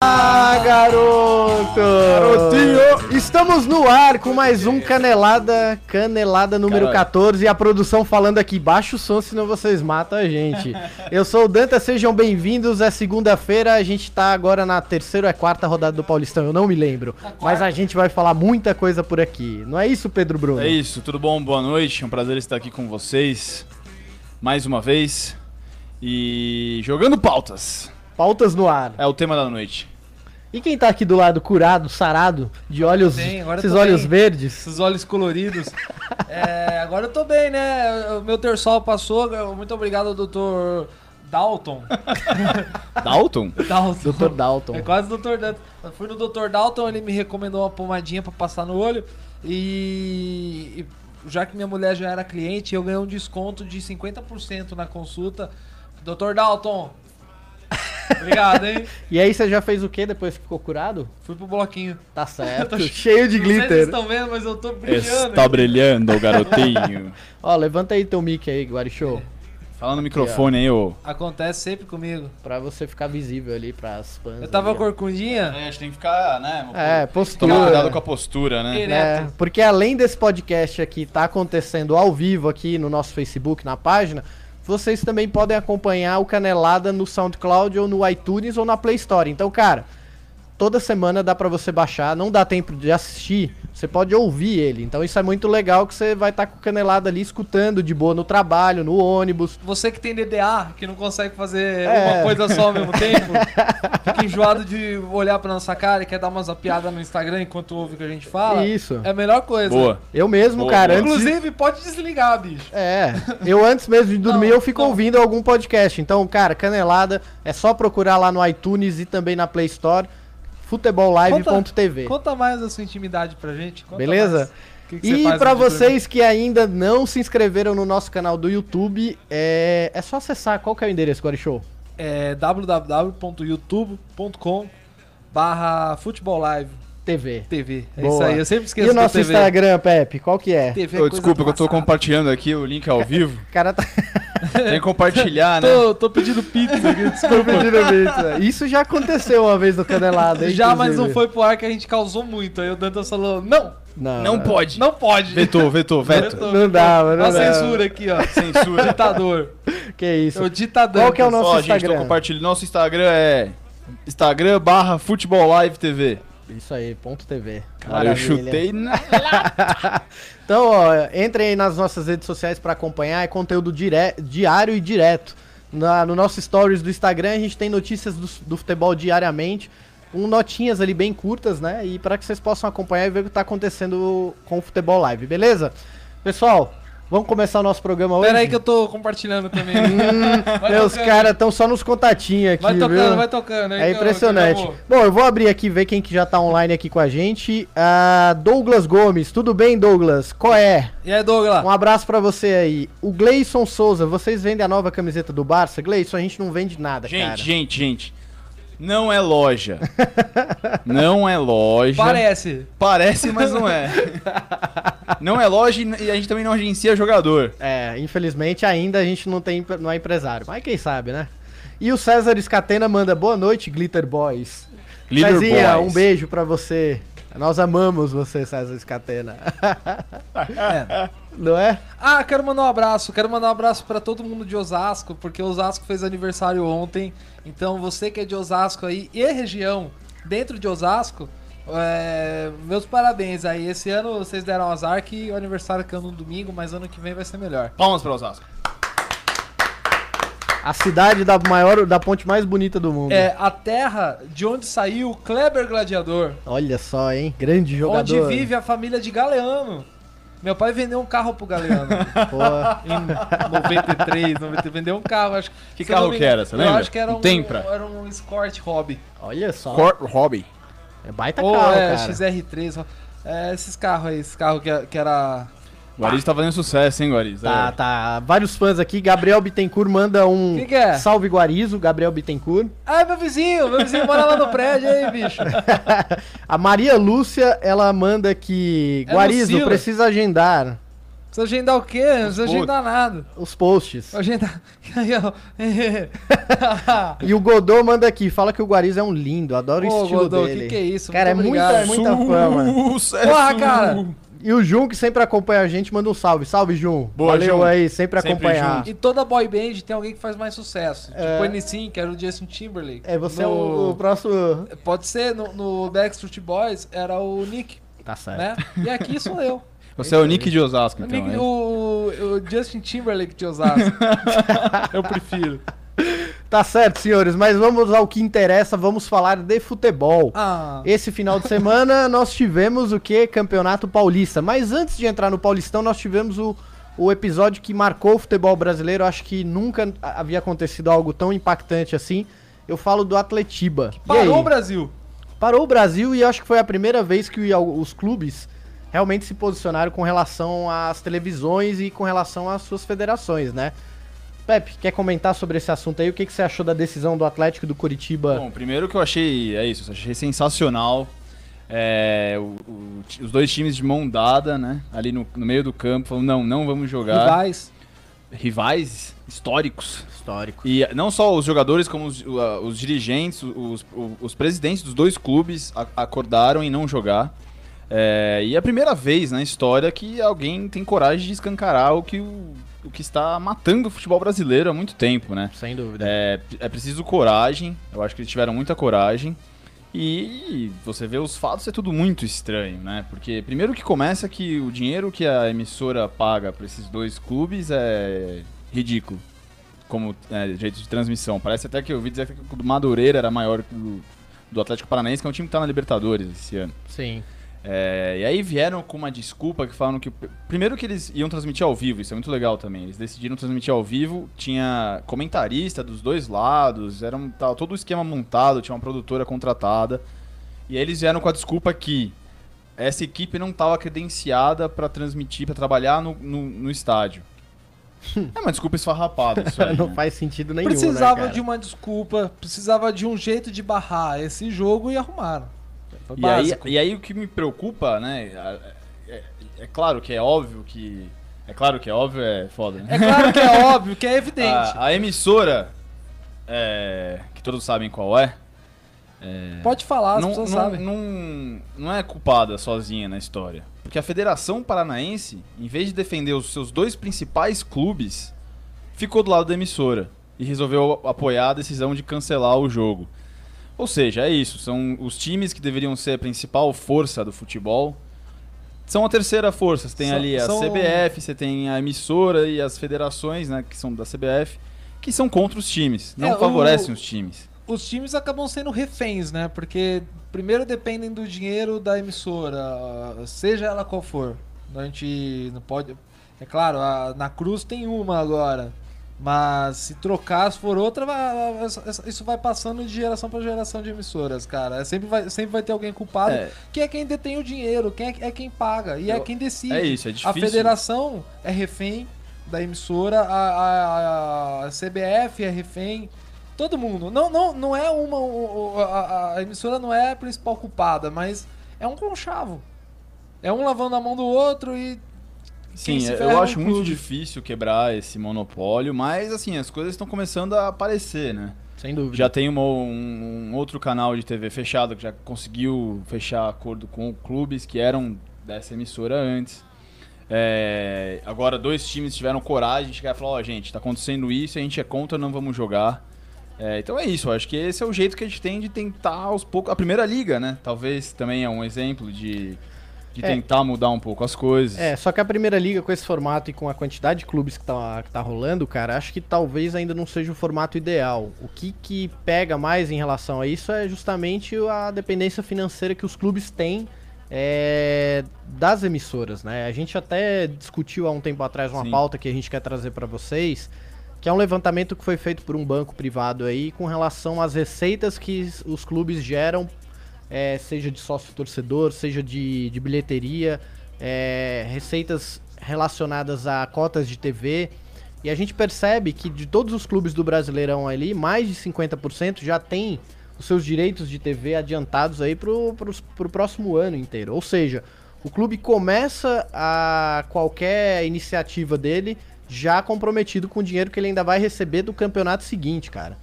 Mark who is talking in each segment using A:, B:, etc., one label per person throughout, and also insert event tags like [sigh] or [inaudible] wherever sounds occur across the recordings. A: Ah, Garoto! Garotinho! Estamos no ar com mais um Canelada, Canelada número
B: Caralho.
A: 14 e a produção falando aqui, baixa o som, senão vocês matam a gente. Eu sou o Danta, sejam bem-vindos, é segunda-feira, a gente tá agora na terceira ou é quarta rodada do Paulistão, eu não me lembro, mas a gente vai falar muita coisa por aqui. Não é isso, Pedro Bruno?
B: É isso, tudo bom? Boa noite, é um prazer estar aqui com vocês mais uma vez. E jogando pautas
A: Pautas no ar.
B: é o tema da noite.
A: E quem tá aqui do lado, curado, sarado, de olhos,
C: bem, agora
A: esses
C: tô
A: olhos
C: bem.
A: verdes?
C: Esses olhos coloridos. [laughs] É, agora eu tô bem, né? O meu terçol passou. Muito obrigado, doutor
A: [laughs]
C: Dalton.
B: Dalton?
C: Dalton.
A: Dr. Dalton.
C: [laughs] É quase doutor Dalton. Eu fui no doutor Dalton, ele me recomendou uma pomadinha pra passar no olho. E, e já que minha mulher já era cliente, eu ganhei um desconto de 50% na consulta. Doutor Dalton.
A: [laughs]
C: Obrigado, hein?
A: E aí você já fez o que depois que ficou curado?
C: Fui pro bloquinho.
A: Tá certo.
C: [laughs] tô
A: cheio de
C: Não sei se vocês
A: glitter.
C: estão vendo, mas eu tô brilhando.
B: Está brilhando, garotinho.
A: Ó, levanta aí teu mic aí, Guarichô.
B: [laughs] Fala no microfone aí, ô.
C: Acontece sempre comigo.
A: Pra você ficar visível ali pras fãs.
C: Eu tava
A: ali, ó.
C: corcundinha.
B: É, a gente tem que ficar, né?
A: É,
B: Tomar
A: postura.
B: cuidado com a postura, né?
A: É,
C: Direto.
A: porque além desse podcast aqui tá acontecendo ao vivo aqui no nosso Facebook, na página, vocês também podem acompanhar o Canelada no SoundCloud ou no iTunes ou na Play Store. Então, cara, toda semana dá pra você baixar, não dá tempo de assistir, você pode ouvir ele. Então isso é muito legal que você vai estar com o Canelada ali escutando de boa no trabalho, no ônibus.
C: Você que tem DDA, que não consegue fazer
A: É.
C: uma coisa só ao mesmo
A: [laughs]
C: tempo, fica enjoado de olhar pra nossa cara e quer dar umas piada no Instagram enquanto ouve o que a gente fala.
A: Isso.
C: É a melhor coisa.
B: Boa.
A: Eu mesmo,
B: Boa,
A: cara,
B: boa.
A: antes de-
C: Inclusive, pode desligar, bicho.
A: É, eu antes mesmo de dormir
C: Não,
A: eu fico
C: não.
A: ouvindo algum podcast. Então, cara, canelada é só procurar lá no iTunes e também na Play Store, futebollive.tv.
C: Conta mais a sua intimidade pra gente. conta
A: Beleza?
C: mais. O que que você
A: E
C: faz
A: pra
C: antes de dormir?
A: vocês que ainda não se inscreveram no nosso canal do YouTube, é, é só acessar qual que é o endereço, Guarichou?
C: É www.youtube.com barra Futebol Live
A: TV.
C: TV. É
A: Boa.
C: isso aí, eu sempre
A: E
C: esqueço
A: o
C: do
A: nosso
C: TV.
A: Instagram, Pepe, qual que é?
C: TV é
B: Ô,
C: coisa
B: desculpa,
C: do
B: que eu tô
C: passado.
B: compartilhando aqui o link ao vivo.
A: [laughs] O cara
C: [laughs]
A: tá
B: Tem que compartilhar, né?
C: Tô, tô pedindo pizza aqui, desculpa.
A: pedindo pizza. Isso já aconteceu uma vez no Canelada, hein,
C: né? Já, mas não
A: inclusive.
C: foi pro ar que a gente causou muito. Aí o Dantas falou, não,
A: Não,
B: Não pode.
C: não pode.
B: Vetou, vetou, veto.
A: Não dá, mano,
C: Olha
A: não
C: a
A: dá.
C: censura aqui, ó.
B: Censura.
C: Ditador.
A: Que isso.
C: É o ditador.
A: Qual que é o nosso
B: Ó, gente, tô
A: Instagram?
B: compartilhando. Nosso Instagram é Instagram barra Futebol Live TV.
A: Isso aí, ponto TV.
B: Cara, eu
A: Maravilha.
B: chutei na...
A: Então, ó, entrem aí nas nossas redes sociais pra acompanhar. É conteúdo dire- diário e direto. Na- no nosso Stories do Instagram, a gente tem notícias do, do futebol diariamente. Um notinhas ali bem curtas, né? E para que vocês possam acompanhar e ver o que tá acontecendo com o Futebol Live, beleza? Pessoal, vamos começar o nosso programa hoje? Hum,
C: Pera aí que eu tô compartilhando também. Vai
A: Meu, Os
C: tocando,
A: caras estão só nos contatinhos aqui,
C: Vai tocando,
A: viu?
C: vai tocando. aí que
A: É
C: eu-
A: impressionante.
C: que eu vou.
A: Bom, eu vou abrir aqui ver quem que já tá online aqui com a gente. Ah, Douglas Gomes, tudo bem, Douglas? Qual é?
C: E aí,
A: [laughs]
C: Douglas?
A: Um abraço pra você aí. O Gleison Souza, vocês vendem a nova camiseta do Barça? Gleison, a gente não vende nada,
B: Gente,
A: cara.
B: gente, gente. Não é loja. não é loja.
C: Parece.
B: Parece, mas não é. não é loja e e a gente também não agencia jogador.
A: É, infelizmente ainda a gente não tem, não é empresário. Mas quem sabe, né? E o César Escatena manda boa noite, Glitter Boys.
B: Glitter
A: Cezinha,
B: Boys.
A: um beijo pra você. Nós amamos você, César Escatena.
C: É.
A: não é?
C: Ah, quero mandar um abraço. Quero mandar um abraço pra todo mundo de Osasco, porque Osasco fez aniversário ontem. Então, você que é de Osasco aí e região dentro de Osasco, é, meus parabéns aí. Esse ano vocês deram azar que o aniversário caiu no domingo, mas ano que vem vai ser melhor.
B: Palmas pra Osasco.
A: A cidade da maior, da ponte mais bonita do mundo.
C: É a terra de onde saiu o Kleber Gladiador,
A: Olha só, hein? Grande jogador.
C: onde vive a família de Galeano. Meu pai vendeu um carro pro Galeano
A: Pô,
C: em 93, 93, vendeu um carro, acho
B: Que
C: se eu não
B: carro
C: me
B: que era, você
C: eu
B: lembra?
C: acho que era
B: Um
C: um,
B: Tempra.
C: era um Escort Hobby.
A: olha só.
B: Cor Hobby.
A: É baita
C: Ou
A: carro,
C: é,
A: cara.
C: XR3, é, esses carros aí, esse carro que, que era
B: Guariz tá fazendo sucesso, hein, Guariz?
A: Tá,
B: É.
A: tá. Vários fãs aqui. Gabriel Bittencourt manda um
C: Que que é?
A: salve Guarizo, Gabriel Bittencourt. [laughs]
C: Ah, meu vizinho, meu vizinho mora lá no prédio aí, bicho.
A: A Maria Lúcia, ela manda que
C: É
A: Guarizo
C: Lucila.
A: precisa agendar.
C: Precisa agendar o quê? Não precisa
B: posts.
C: agendar nada.
A: Os posts.
C: Vou Agendar. [laughs] Aí, ó.
A: E o Godô manda aqui, fala que o Guariz é um lindo, adoro o
C: Ô,
A: estilo
C: Godô,
A: dele.
C: que que é isso?
A: Cara,
C: Muito
A: é muita, é
C: obrigado.
A: muita fama.
B: Sucesso!
C: Porra, cara!
A: E o Jun, que sempre acompanha a gente, manda um salve. Salve, Jun.
B: Boa,
A: Valeu
B: Jun.
A: aí, sempre,
B: Sempre
A: acompanhar.
B: junto.
C: E toda boy band tem alguém que faz mais sucesso.
A: É.
C: Tipo o N5, que era o Justin Timberlake.
A: É, você é
C: No-
A: o, o próximo...
C: Pode ser, no, no Backstreet Boys era o Nick,
A: Tá certo.
C: né? E aqui sou
B: [laughs]
C: eu.
B: Você é o Nick de Osasco,
C: O,
B: É. então.
C: Nick-
B: é?
C: o- o Justin Timberlake
B: [laughs]
C: de Osasco. eu prefiro.
A: Tá certo, senhores, mas vamos ao que interessa, vamos falar de futebol.
C: Ah,
A: Esse final de semana [laughs] nós tivemos o que? Campeonato Paulista. Mas antes de entrar no Paulistão, nós tivemos o, o episódio que marcou o futebol brasileiro. Acho que nunca a- havia acontecido algo tão impactante assim. Eu falo do Atletiba. E
C: parou
A: aí?
C: o Brasil.
A: Parou o Brasil e acho que foi a primeira vez que o- os clubes realmente se posicionaram com relação às televisões e com relação às suas federações, né? Pepe, quer comentar sobre esse assunto aí? O que, que você achou da decisão do Atlético e do Curitiba?
B: Bom, primeiro que eu achei, é isso, eu achei sensacional. É, o- o ti- os dois times de mão dada, né? Ali no, no meio do campo, falando, não, não vamos jogar.
C: Rivais.
B: Rivais históricos.
A: histórico.
B: E eh, não só os jogadores, como os, o- a- os dirigentes, os, o- os presidentes dos dois clubes a- acordaram em não jogar. É, e é a primeira vez na história que alguém tem coragem de escancarar o que, o, o que está matando o futebol brasileiro há muito tempo, né?
A: Sem dúvida.
B: É, é preciso coragem, eu acho que eles tiveram muita coragem. E você vê os fatos, é tudo muito estranho, né? Porque primeiro que começa que o dinheiro que a emissora paga para esses dois clubes é ridículo. Como é, jeito de transmissão. Parece até que eu ouvi dizer que o do Madureira era maior que o do- do Atlético Paranaense, que é um time que tá na Libertadores esse ano.
A: Sim.
B: É, e aí vieram com uma desculpa que falaram que. o- Primeiro que eles iam transmitir ao vivo, isso é muito legal também. Eles decidiram transmitir ao vivo, tinha comentarista dos dois lados, era um, tava todo o esquema montado, tinha uma produtora contratada. E aí eles vieram com a desculpa que essa equipe não estava credenciada para transmitir, para trabalhar no, no-
A: [laughs]
B: no estádio. é uma desculpa esfarrapada isso aí,
A: Não
B: né?
A: faz sentido nenhum. né,
C: precisava
A: cara?
C: de um- uma desculpa, precisava de um jeito de barrar esse jogo e arrumaram. Foi
B: E aí,
C: básico.
B: e aí o que me preocupa, né? a- É, é claro que é óbvio que. É claro que é óbvio, é foda, né?
C: É claro
B: [laughs]
C: que é óbvio, que é evidente.
B: A, a emissora, é, que todos sabem qual é,
C: Pode falar, as
B: não,
C: pessoas
B: não-
C: sabem.
B: não- não é culpada sozinha na história. Porque a Federação Paranaense, em vez de defender os seus dois principais clubes, ficou do lado da emissora e resolveu apoiar a decisão de cancelar o jogo. Ou seja, é isso. São os times que deveriam ser a principal força do futebol. São a terceira força. Você tem
C: São-
B: ali a
C: são-
B: CBF, você tem a emissora e as federações, né, que são da CBF, que são contra os times, não
C: É, o-
B: favorecem os times.
C: os times acabam sendo reféns, né? Porque primeiro dependem do dinheiro da emissora, seja ela qual for. A gente não pode. É claro, a- na Cruz tem uma agora. Mas se trocar, se for outra, vai- vai- isso vai passando de geração para geração de emissoras, cara. É Sempre vai, sempre vai ter alguém culpado.
B: É.
C: Que é quem detém o dinheiro, quem é, é quem paga e é
B: Eu-
C: quem decide.
B: É isso, é
C: A
B: difícil.
C: federação é refém da emissora, a, a- a CBF é refém. Todo mundo. Não, não, não é uma. o- o- A, a emissora não é a principal culpada, mas é um conchavo. É um lavando a mão do outro e. quem
B: Sim,
C: se ferra é
B: eu
C: o
B: acho muito
C: clube.
B: difícil quebrar esse monopólio, mas assim, as coisas estão começando a aparecer, né?
A: Sem dúvida.
B: Já tem uma- um, um outro canal de TV fechado que já conseguiu fechar acordo com clubes que eram dessa emissora antes. É, agora, dois times tiveram coragem de chegar e falar: Ó, gente, tá acontecendo isso, a gente é contra, não vamos jogar. É, então é isso, eu acho que esse é o jeito que a gente tem de tentar aos poucos. A primeira liga, né? Talvez também é um exemplo de, de
A: É.
B: tentar mudar um pouco as coisas.
A: É, só que a primeira liga com esse formato e com a quantidade de clubes que tá, que tá rolando, cara, acho que talvez ainda não seja o formato ideal. O que, que pega mais em relação a isso é justamente a dependência financeira que os clubes têm é, das emissoras, né? A gente até discutiu há um tempo atrás uma
B: Sim.
A: pauta que a gente quer trazer para vocês, que é um levantamento que foi feito por um banco privado aí com relação às receitas que os clubes geram é, seja de sócio torcedor, seja de, de bilheteria, é, receitas relacionadas a cotas de TV. E a gente percebe que de todos os clubes do Brasileirão ali, mais de 50% já tem os seus direitos de TV adiantados aí pro, pros- pro próximo ano inteiro. Ou seja, O clube começa a qualquer iniciativa dele já comprometido com o dinheiro que ele ainda vai receber do campeonato seguinte, cara.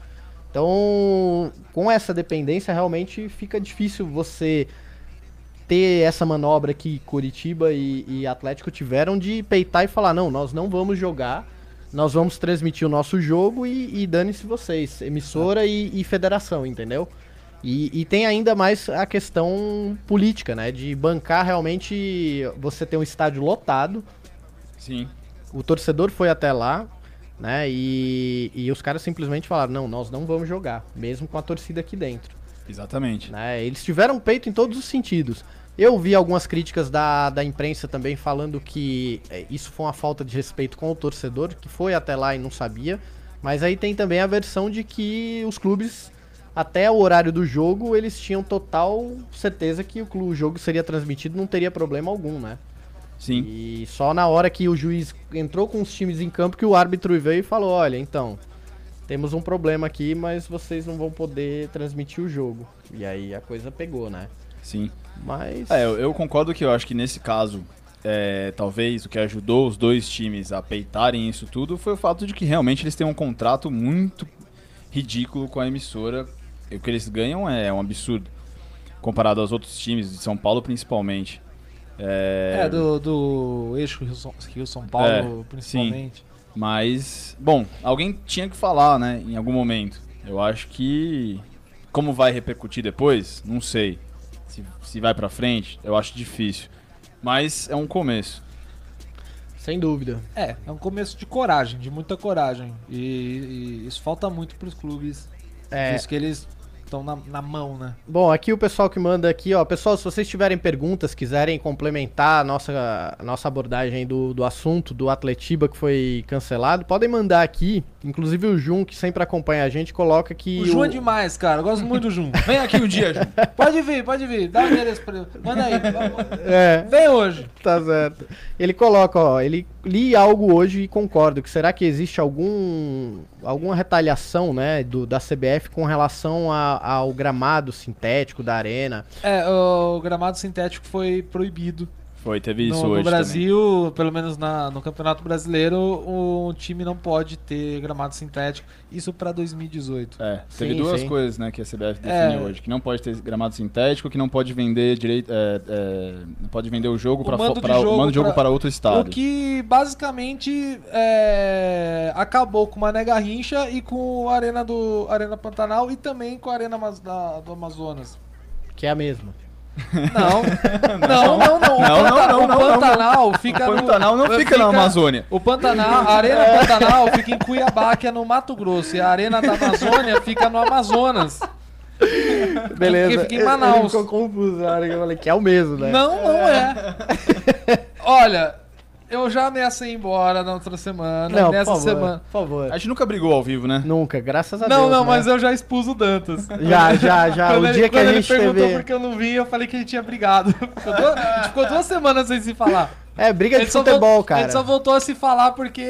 A: Então, com essa dependência, realmente fica difícil você ter essa manobra que Curitiba e, e Atlético tiveram de peitar e falar: não, nós não vamos jogar, nós vamos transmitir o nosso jogo e, e dane-se vocês, emissora e, e federação, entendeu? E, e tem ainda mais a questão política, né? De bancar realmente você ter um estádio lotado,
B: Sim.
A: o torcedor foi até lá, né? E, e os caras simplesmente falaram: não, nós não vamos jogar, mesmo com a torcida aqui dentro.
B: Exatamente.
A: né? Eles tiveram peito em todos os sentidos. Eu vi algumas críticas da, da imprensa também falando que é, isso foi uma falta de respeito com o torcedor, que foi até lá e não sabia. Mas aí tem também a versão de que os clubes, até o horário do jogo, eles tinham total certeza que o, clu- o jogo seria transmitido, não teria problema algum, né?
B: Sim.
A: E só na hora que o juiz entrou com os times em campo que o árbitro veio e falou: olha, então, temos um problema aqui, mas vocês não vão poder transmitir o jogo. E aí a coisa pegou, né?
B: Sim.
A: Mas.
B: É, eu, eu concordo que eu acho que nesse caso, é, talvez o que ajudou os dois times a peitarem isso tudo foi o fato de que realmente eles têm um contrato muito ridículo com a emissora. E o que eles ganham é um absurdo. Comparado aos outros times, de São Paulo principalmente.
C: É, do, do eixo Rio-São Rio-São Paulo, principalmente.
B: Mas, bom, alguém tinha que falar, né, em algum momento. Eu acho que. Como vai repercutir depois, não sei. Se, se vai pra frente, eu acho difícil. Mas é um começo.
A: Sem dúvida.
C: É, é um começo de coragem, de muita coragem. E, e isso falta muito pros clubes.
A: É.
C: Por isso que eles estão na, na mão, né?
A: Bom, aqui o pessoal que manda aqui, ó. Pessoal, se vocês tiverem perguntas, quiserem complementar a nossa, a nossa abordagem do, do assunto do Atletiba que foi cancelado, podem mandar aqui. Inclusive o Jun, que sempre acompanha a gente, coloca que.
C: o Jun é demais, cara. Eu gosto muito do [laughs] Jun.
B: Vem aqui um dia, Ju.
C: Pode vir, pode vir. Dá o endereço pra ele. Manda aí. vamos.
A: É.
C: Vem hoje.
A: Tá certo. Ele coloca, ó, ele li algo hoje e concordo que será que existe algum alguma retaliação, né, do, da CBF com relação a- ao gramado sintético da arena?
C: É, o gramado sintético foi proibido.
B: Foi, teve
C: no,
B: isso
C: no
B: hoje.
C: Brasil, pelo menos na- no Campeonato Brasileiro, um time não pode ter gramado sintético. Isso pra 2018.
B: também. É, teve
A: Sim,
B: duas
A: sim.
B: coisas, né, que a CBF definiu
C: É.
B: hoje, que não pode ter gramado sintético, que não pode vender direito, é, é, não pode vender o jogo
C: O
B: para
C: mando de
B: para
C: jogo
B: o mando de jogo
C: pra-
B: para outro estado.
C: O
B: [laughs]
C: que basicamente é, acabou com o Mané Garrincha e com a Arena do Arena Pantanal e também com a Arena Amaz- da- do Amazonas. [laughs]
A: Que é a mesma.
C: Não, não, não, não. O
B: Não, não,
C: Panta-
B: não, não,
C: o
B: não.
C: Pantanal
B: O
C: fica no-
B: Pantanal não fica na Amazônia.
C: O Pantanal, a Arena Pantanal fica em Cuiabá, que é no Mato Grosso, e a Arena da Amazônia fica no Amazonas.
A: Beleza.
C: fica em Manaus.
A: Ele ficou confuso na hora que eu falei que é o mesmo, né?
C: Não, não é. Olha, eu já ameacei ir embora na outra semana,
A: Não,
C: nessa
A: por favor,
C: semana.
A: Por favor.
B: A gente nunca brigou ao vivo, né?
A: Nunca, graças a
C: Não,
A: Deus.
C: não,
A: né?
C: mas eu já expus o Dantas.
A: já, já, já.
C: [laughs] Quando
A: o
C: ele-
A: dia que a
C: quando
A: gente
C: ele perguntou
A: teve.
C: por que eu não vim, eu falei que a gente tinha brigado. [laughs] Ficou duas, a gente ficou duas semanas sem se falar.
A: É, briga de
C: só
A: futebol,
C: vol-
A: cara.
C: ele só voltou a se falar porque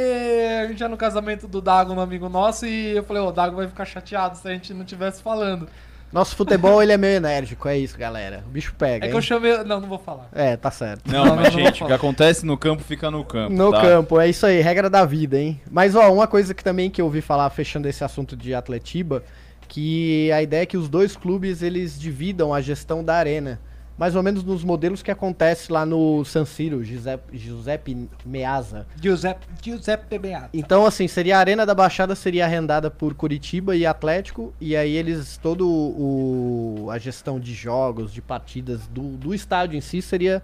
C: a gente era no casamento do Dago, um amigo nosso, e eu falei, ô, o Dago vai ficar chateado se a gente não estivesse falando.
A: Nosso futebol, ele é meio enérgico, é isso, galera. O bicho pega,
C: É que
A: hein?
C: eu chamei... Não, não vou falar.
A: É, tá certo.
B: Não,
C: Não,
B: mas
C: não, não
B: gente,
C: vou
B: o que acontece no campo fica no campo.
A: No
B: tá?
A: campo, é isso aí, regra da vida, hein? Mas ó, uma coisa que também que eu ouvi falar fechando esse assunto de Atletiba, que a ideia é que os dois clubes eles dividam a gestão da arena, mais ou menos nos modelos que acontece lá no San Siro, Giuseppe, Giuseppe Meazza.
C: Giuseppe, Giuseppe Beato.
A: Então assim, seria a Arena da Baixada seria arrendada por Curitiba e Atlético e aí eles todo o a gestão de jogos, de partidas do, do estádio em si seria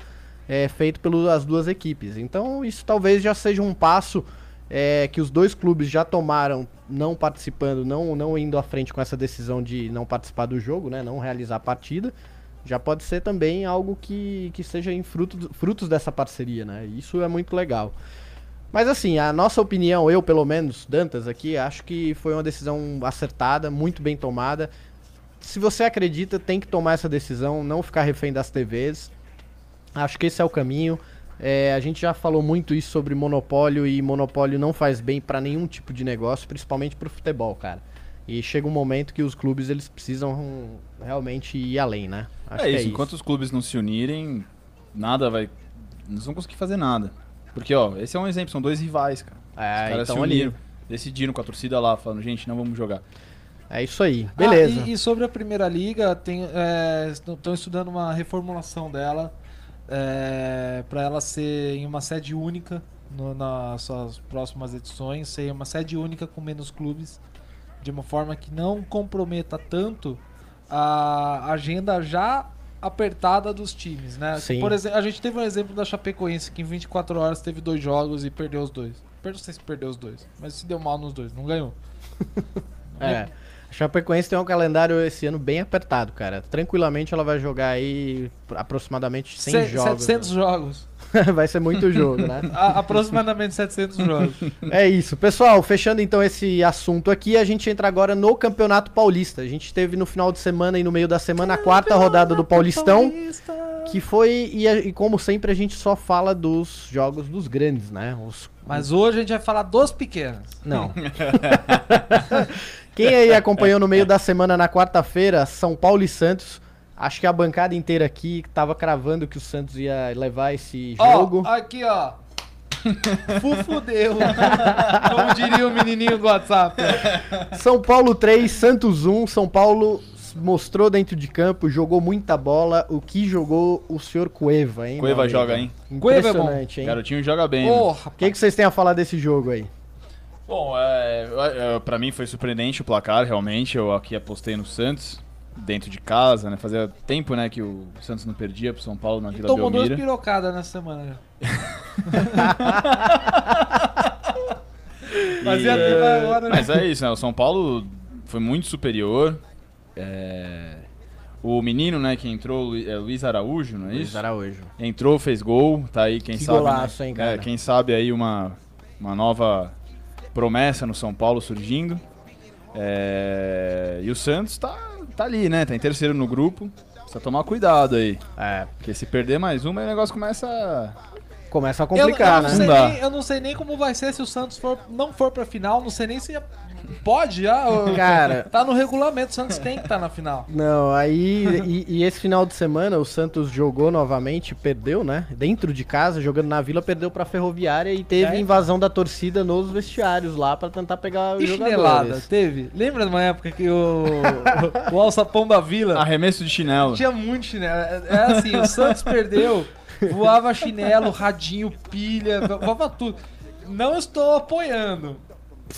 A: é, feito pelas duas equipes. Então isso talvez já seja um passo é, que os dois clubes já tomaram, não participando, não, não indo à frente com essa decisão de não participar do jogo, né, não realizar a partida. Já pode ser também algo que, que seja em fruto, frutos dessa parceria, né? Isso é muito legal. Mas assim, a nossa opinião, eu pelo menos, Dantas aqui, acho que foi uma decisão acertada, muito bem tomada. Se você acredita, tem que tomar essa decisão, não ficar refém das TVs. Acho que esse é o caminho. É, a gente já falou muito isso sobre monopólio e monopólio não faz bem para nenhum tipo de negócio, principalmente pro futebol, cara. E chega um momento que os clubes eles precisam realmente ir além, né? Acho
B: É
A: que
B: isso, enquanto os clubes não se unirem, nada vai. Nós não conseguir fazer nada. Porque, ó, esse é um exemplo, são dois rivais, cara. Os
A: É,
B: caras
A: então
B: se
A: ali.
B: uniram, decidiram com a torcida lá, falando, gente, não vamos jogar.
A: É isso aí. Beleza.
C: Ah, e, e sobre a primeira liga, é, estão estudando uma reformulação dela para ela ser em uma sede única no- nas suas próximas edições, ser uma sede única com menos clubes, de uma forma que não comprometa tanto a agenda já apertada dos times, né?
A: Sim.
C: Por exemplo, a gente teve um exemplo da Chapecoense que em 24 horas teve dois jogos e perdeu os dois. Per- Não sei se perdeu os dois, mas se deu mal nos dois, não ganhou.
A: É. A Chapecoense tem um calendário esse ano bem apertado, cara. Tranquilamente ela vai jogar aí aproximadamente 100
C: Se-
A: jogos. né?
C: 700 jogos.
A: [laughs] vai ser muito jogo,
C: [laughs]
A: né?
C: A- aproximadamente 700 jogos.
A: É isso. Pessoal, fechando então esse assunto aqui, a gente entra agora no Campeonato Paulista. A gente teve no final de semana e no meio da semana a quarta rodada do Paulistão, que foi e, a- e como sempre a gente só fala dos jogos dos grandes, né? Os
C: Mas hoje a gente vai falar dos pequenos.
A: não. [laughs] Quem aí acompanhou no meio da semana na quarta-feira, São Paulo e Santos. Acho que a bancada inteira aqui tava cravando que o Santos ia levar esse jogo.
C: Ó, aqui, ó. [laughs] Fufudeu. Como diria o menininho do WhatsApp.
A: São Paulo 3, Santos 1. São Paulo mostrou dentro de campo, jogou muita bola. O que jogou o senhor Cueva, hein? meu
B: Cueva
A: amigo?
B: joga, hein?
C: Cueva é bom.
A: Impressionante, hein?
B: Garotinho joga bem. né?
C: Porra.
A: O que, que vocês têm a falar desse jogo aí?
B: Bom, é, é, é, pra mim foi surpreendente o placar, realmente. Eu aqui apostei no Santos, dentro de casa, né? Fazia tempo, né, que o Santos não perdia pro São Paulo na Vila
C: Tomou duas
B: Belmiro.
C: pirocadas nessa semana né? já.
B: E-
C: Fazia tempo agora, né?
B: Mas é isso, né? O São Paulo foi muito superior. É, O menino, né, que entrou, Lu- é Luiz Araújo, não é isso?
A: Araújo.
B: Entrou, fez gol, tá aí, quem
A: Que
B: sabe.
A: golaço,
B: né?
A: hein, cara?
B: É, quem sabe aí uma, uma nova promessa no São Paulo surgindo. É, E o Santos tá, tá ali, né? Tá em terceiro no grupo. Precisa tomar cuidado aí.
A: É,
B: Porque se perder mais uma, o negócio começa.
A: começa a complicar,
C: eu, eu, não
A: né?
C: sei
B: Não dá.
C: nem, eu não sei nem como vai ser se o Santos for- não for pra final. Não sei nem se pode. Ah, ô,
A: Cara.
C: Tá no regulamento. O Santos tem que estar na final.
A: Não,
C: [laughs]
A: aí. e, e esse final de semana o Santos jogou novamente, perdeu, né? Dentro de casa, jogando na vila, perdeu pra Ferroviária e teve
C: É.
A: invasão da torcida nos vestiários lá pra tentar pegar
C: E
A: os
C: chinelada,
A: jogadores.
C: teve? Lembra de uma época que o, o Alçapão da Vila
B: Arremesso de chinelo.
C: tinha muito chinelo? É- É assim, o Santos perdeu, voava chinelo, radinho, pilha, voava tudo. Não estou apoiando,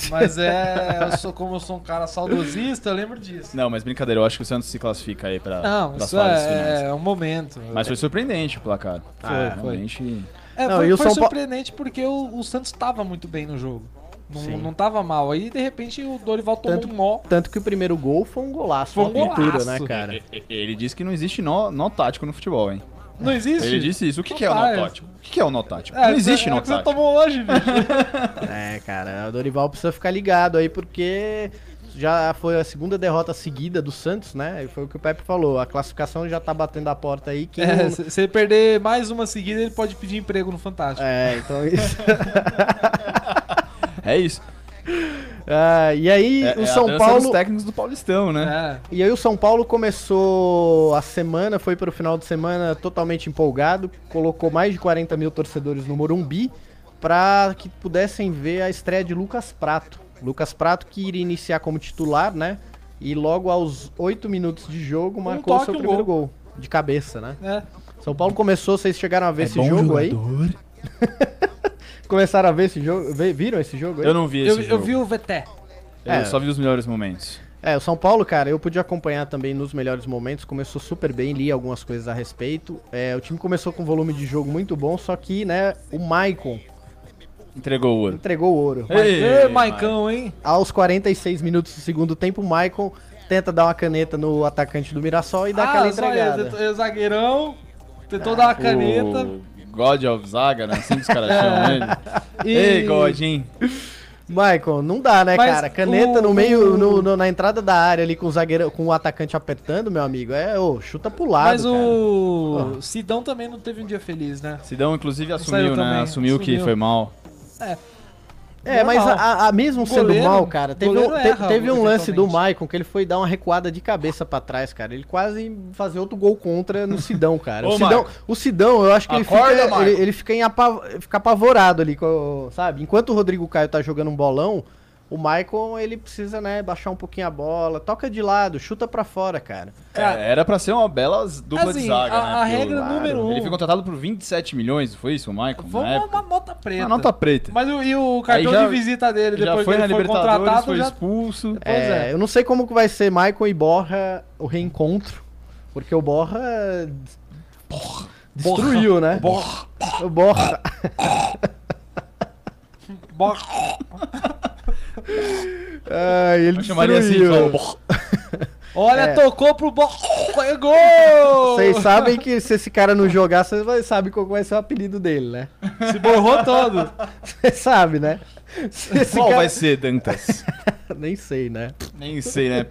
C: mas é, eu sou, como eu sou um cara saudosista, eu lembro disso.
B: Não, mas brincadeira, eu acho que o Santos se classifica aí pra,
C: Não,
B: pras
C: isso
B: fases finais.
C: é, é um momento.
B: Mas foi surpreendente o placar.
A: Ah,
C: foi.
B: realmente.
C: É,
A: Não,
C: foi,
A: e o
C: foi
A: São Paulo-
C: surpreendente porque o, o Santos estava muito bem no jogo. Não,
A: Sim.
C: não tava mal. Aí, de repente, o Dorival tomou
A: Tanto-
C: um nó.
A: Tanto que o primeiro gol foi um golaço,
C: Foi
A: foi
C: um
A: uma pintura,
C: golaço.
A: né, cara?
B: E- e- Ele disse que não existe nó, nó tático no futebol, hein?
C: Não existe?
B: Ele disse isso. O que,
C: Não
B: que é o nó
C: faz.
B: tático? O que, que é o nó tático?
C: É,
B: não existe
C: é,
B: nó
C: é que você
B: tático.
C: tomou hoje, bicho.
A: É, cara, o Dorival precisa ficar ligado aí, porque já foi a segunda derrota seguida do Santos, né? E foi o que o Pepe falou, a classificação já tá batendo a porta aí. Quem
C: É,
A: não-
C: se se ele perder mais uma seguida, ele pode pedir emprego no Fantástico.
A: é então isso. [laughs]
B: É isso.
A: Ah, e aí,
B: É-
A: o
B: é a
A: São
B: dança
A: Paulo.
B: dos técnicos do Paulistão, né?
C: É.
A: E aí o São Paulo começou a semana, foi para o final de semana totalmente empolgado, colocou mais de 40 mil torcedores no Morumbi para que pudessem ver a estreia de Lucas Prato. Lucas Prato que iria iniciar como titular, né? E logo aos 8 minutos de jogo marcou
C: toque,
A: seu
C: um
A: primeiro gol. de cabeça, né?
C: É.
A: São Paulo começou, vocês chegaram a
B: É
A: ver esse jogo aí? Começaram a ver esse jogo, vi- viram esse jogo aí?
B: Eu não vi esse
C: Eu,
B: jogo.
C: eu vi o VT.
B: Eu
A: É.
B: só vi os melhores momentos.
A: É, o São Paulo, cara, eu pude acompanhar também nos melhores momentos, começou super bem, li algumas coisas a respeito. É, o time começou com um volume de jogo muito bom, só que, né, o Maicon
B: Entregou o ouro.
A: entregou o ouro.
C: Mas,
B: Ei,
C: Ei,
B: Maicon.
C: Maicão, hein?
A: Aos 46 minutos do segundo tempo, o Maicon tenta dar uma caneta no atacante do Mirassol e dá aquela
C: Ah, só
A: entregada.
C: isso, é zagueirão, tentou dar uma
B: Tá,
C: caneta. É.
B: O God of Zaga, né? Assim que os caras chamam ele.
C: E...
B: Ei, God, hein?
A: Maicon, não dá, né,
C: Mas
A: cara? Caneta
C: o-
A: no meio, no- no- na entrada da área ali com o zagueiro, com o atacante apertando, meu amigo, é, ô, chuta pro lado,
C: Mas
A: cara.
C: o Sidão também não teve um dia feliz, né?
B: Sidão, inclusive,
C: Saiu
B: assumiu, né?
C: também,
B: Assumiu, que
C: assumiu.
B: foi mal.
A: É, mas
C: Normal.
A: a, a- mesmo sendo
C: Goleiro-
A: mal, cara, teve, um,
C: goleiro
A: te-
C: erra
A: teve um lance do
C: eventualmente.
A: Maicon que ele foi dar uma recuada de cabeça pra trás, cara. Ele quase fazia outro gol contra no Sidão, cara.
B: Ô,
A: o, Sidão,
B: Maicon.
A: o Sidão, eu acho que ele
B: Acorda,
A: fica,
B: Maicon.
A: ele, ele fica, em apa- fica apavorado ali, com o- sabe? Enquanto o Rodrigo Caio tá jogando um bolão, o Maicon, ele precisa, né, baixar um pouquinho a bola, toca de lado, chuta pra fora, cara.
C: Cara,
B: É, era pra ser uma bela dupla
C: Assim,
B: de zaga,
C: a-
B: né?
C: a
B: Porque o-
C: regra número um.
B: Ele foi contratado por 27 milhões, foi isso, o Michael? na
C: Vamos
B: época?
C: uma nota preta.
B: Uma nota preta.
C: Mas o- e o cartão
B: já-
C: de visita dele,
B: já
C: depois
B: foi
C: que
B: na
C: ele foi
B: Libertadores,
C: contratado,
B: foi
C: já...
B: expulso.
C: Pois
A: É,
C: é.
A: Eu não sei como que vai ser Maicon e Borra o reencontro, porque o Borra... Destruiu, né?
C: Borra.
A: O Borra.
C: Borra.
A: Ai, ele
B: Eu chamaria assim,
A: destruiu.
B: fala, "Bor".
C: Olha,
A: É.
C: tocou pro Borra. É
A: [laughs]
C: gol!
A: Vocês sabem que se esse cara não jogar, vocês vai- sabem qual vai ser o apelido dele, né?
C: Se borrou [laughs] todo.
A: [laughs] Você sabe, né? Se esse
B: Qual
A: cara- [laughs]
B: vai ser,
C: [laughs]
B: Dantas?
A: Nem sei, né?
B: Nem sei, né?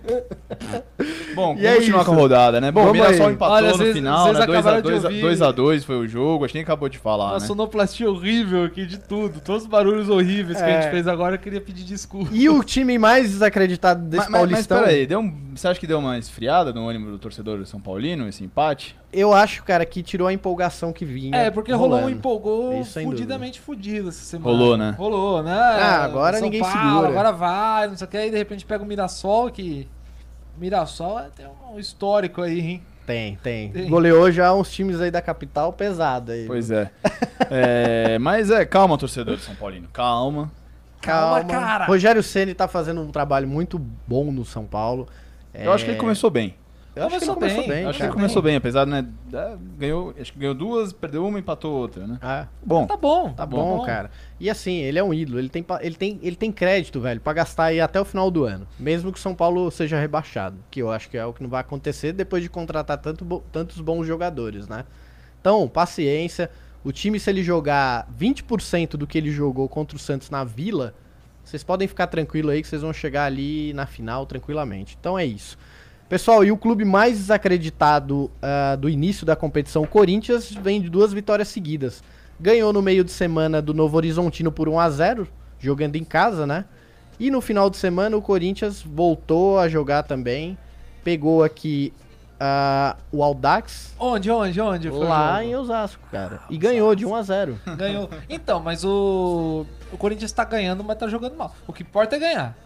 B: Bom,
A: E é
B: vamos continuar
A: isso.
B: com a rodada, né? Bom, o
A: Vamos
B: Mirassol
A: aí.
B: empatou
C: Olha,
B: no
C: vocês-
B: final,
C: vocês
B: né?
C: acabaram de ouvir-
B: 2x2 foi o jogo, acho que nem acabou de falar,
C: Uma
B: né?
C: sonoplastia horrível aqui de tudo. Todos os barulhos horríveis que a
A: É.
C: gente fez agora, eu queria pedir desculpa.
A: E o time mais desacreditado desse
B: Mas, mas, mas
A: Paulistão,
B: peraí, deu um, você acha que deu uma esfriada no ânimo do torcedor São Paulino, esse empate?
A: eu acho, cara, que tirou a empolgação que vinha.
C: É, porque rolou um
A: rolando.
C: empolgou
A: Isso, sem
C: fudidamente fudido essa semana.
B: Rolou, né?
C: Rolou, né?
A: Ah, agora ninguém segura.
C: Agora vai, não sei o que. Aí de repente pega o Mirassol, que. Mirassol é- tem um histórico aí, hein?
A: Tem, tem.
C: Tem.
A: Goleou já uns times aí da capital pesada. Aí.
B: Pois é. É, Mas é, calma, torcedor de São Paulino, calma.
A: Calma,
C: Calma, cara.
A: Rogério Ceni tá fazendo um trabalho muito bom no São Paulo. É,
B: Eu acho que ele começou bem.
A: eu acho que ele
C: Começou
A: começou
C: bem,
A: bem.
B: Eu acho que
A: cara.
B: ele começou bem, apesar, né? da- Ganhou, acho que ganhou duas, perdeu uma, empatou outra, né?
A: Ah.
B: Bom,
C: Tá bom.
A: Tá bom, cara. E assim, ele é um ídolo, ele tem, pa- ele, tem, ele tem crédito, velho, pra gastar aí até o final do ano. Mesmo que o São Paulo seja rebaixado, que eu acho que é o que não vai acontecer depois de contratar tanto, bo- tantos bons jogadores, né? Então, paciência. O time, se ele jogar 20% do que ele jogou contra o Santos na Vila, vocês podem ficar tranquilo aí que vocês vão chegar ali na final tranquilamente. Então é isso. Pessoal, e o clube mais desacreditado ah, do início da competição, o Corinthians, vem de duas vitórias seguidas. Ganhou no meio de semana do Novo Horizontino por 1 a 0 jogando em casa, né? E no final de semana o Corinthians voltou a jogar também. Pegou aqui ah, o Aldax
C: Onde, onde, onde? foi o
A: lá
C: jogo?
A: em Osasco, cara. E ganhou de 1 a 0
C: [laughs] Ganhou. Então, mas o. O Corinthians tá ganhando, mas tá jogando mal. O que importa é ganhar.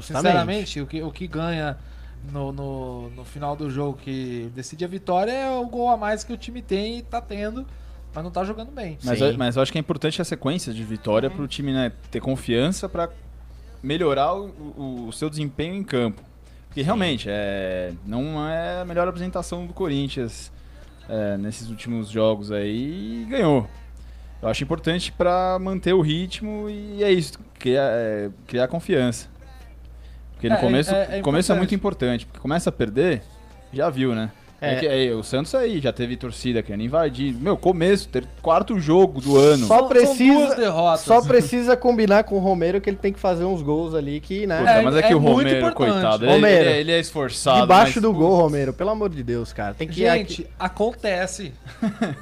C: Sinceramente, o que, o que ganha no, no, no final do jogo que decide a vitória é o gol a mais que o time tem e tá tendo, mas não tá jogando bem.
B: Mas
A: Sim.
B: eu, mas eu acho que é importante a sequência de vitória pro time né, ter confiança pra melhorar o, o- o seu desempenho em campo. Porque realmente é, não é a melhor apresentação do Corinthians é, nesses últimos jogos aí e ganhou. Eu acho importante pra manter o ritmo e é isso, criar, é, criar confiança. Porque no
C: É, é-
B: começo,
C: é- é
B: começo é muito
C: importante.
B: importante, porque começa a perder, já viu, né? É.
A: É.
B: que, é, o Santos aí já teve torcida querendo invadir. Meu, começo, ter quarto jogo do ano.
A: Só precisa-
C: duas derrotas.
A: Só precisa combinar com o Romero que ele tem que fazer uns gols ali que, né?
B: Puta,
C: É,
B: mas é, que
C: é
B: o
C: muito
B: Romero,
C: importante.
B: coitado, ele-
A: Romero.
B: Ele, é- ele é esforçado.
A: Debaixo
B: mas-
A: do gol, Romero. Pelo amor de Deus, cara. Tem que
C: Gente, acontece.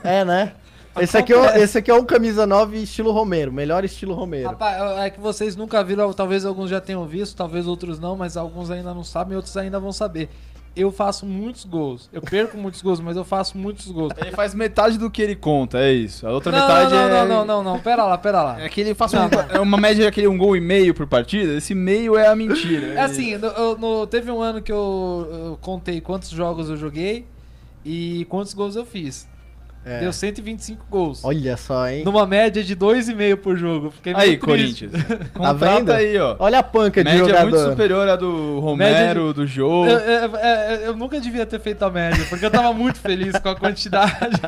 A: É, né? Esse aqui, é o, esse aqui é um camisa 9 estilo Romero, melhor estilo Romero.
C: Rapaz, é que vocês nunca viram, talvez alguns já tenham visto, talvez outros não, mas alguns ainda não sabem, outros ainda vão saber. Eu faço muitos gols. Eu perco muitos gols, mas eu faço muitos gols.
B: Ele faz metade do que ele conta, é isso. A outra
C: Não,
B: metade
C: não, não,
B: é.
C: não, não, não, pera lá, pera lá.
B: É que ele faz um-
C: Não, não.
B: é uma média de aquele um gol e meio por partida. Esse meio é a mentira.
C: É assim, no- eu- no- teve um ano que eu, eu contei quantos jogos eu joguei e quantos gols eu fiz.
A: É.
C: Deu 125 gols.
A: Olha só, hein?
C: Numa média de 2,5 por jogo. Fiquei meio
B: Aí,
C: triste. [laughs]
B: Corinthians.
A: Tá
B: Contrata
A: vendo?
B: aí, ó.
A: Olha a panca de
B: média é muito
A: jogador.
B: superior à do
C: Média de-
B: Romero, do
C: Eu,
B: jogo.
C: eu- eu- eu nunca devia ter feito a média, porque eu tava muito feliz com
B: [laughs]
C: a quantidade.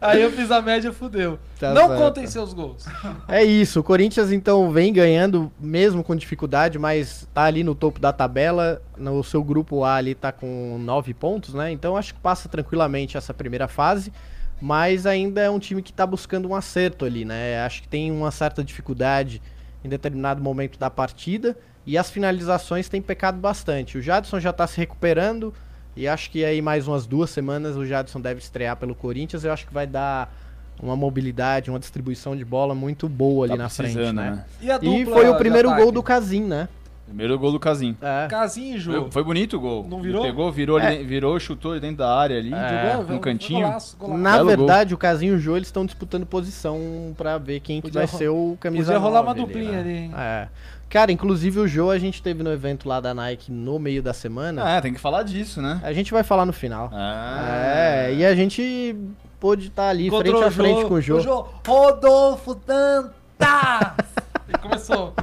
C: Aí eu fiz a média, fudeu.
A: Tá
C: Não
A: certo.
C: contem seus gols.
A: É isso, o Corinthians então vem ganhando, mesmo com dificuldade, mas tá ali no topo da tabela. No seu grupo A ali tá com 9 pontos, né? Então acho que passa tranquilamente essa primeira fase. Mas ainda é um time que tá buscando um acerto ali, né? Acho que tem uma certa dificuldade em determinado momento da partida. E as finalizações têm pecado bastante. O Jadson já tá se recuperando. E acho que aí mais umas duas semanas o Jadson deve estrear pelo Corinthians. Eu acho que vai dar uma mobilidade, uma distribuição de bola muito boa ali
B: Tá
A: na frente,
B: precisando,
A: né?
C: E, a
A: E
C: dupla
A: foi o
C: de
A: primeiro
C: ataque?
A: gol do Casim, né?
B: Primeiro gol do Casim.
A: É.
C: Casinho, Ju.
B: Foi, foi bonito o gol.
C: Não
B: Ele
C: virou?
B: pegou, virou,
A: É.
B: ele- virou, chutou ele dentro da área ali.
A: É,
C: Jogou,
B: no
C: foi um
B: cantinho.
C: Golaço, golaço.
A: Na
B: Belo gol.
A: verdade, o Casinho e o Jô eles estão disputando posição pra ver quem que
C: Podia
A: vai
C: ro-
A: ser o camisa
C: Podia rolar uma
A: nove
C: duplinha ali, hein?
A: É. Cara, inclusive o Jô a gente teve no evento lá da Nike no meio da semana.
B: Ah, tem que falar disso, né?
A: A gente vai falar no final.
B: Ah.
A: É, e a gente pôde estar ali
C: Encontrou
A: frente a
C: o
A: frente
C: Jô.
A: com o Jô.
C: Rodolfo Dantas! E começou.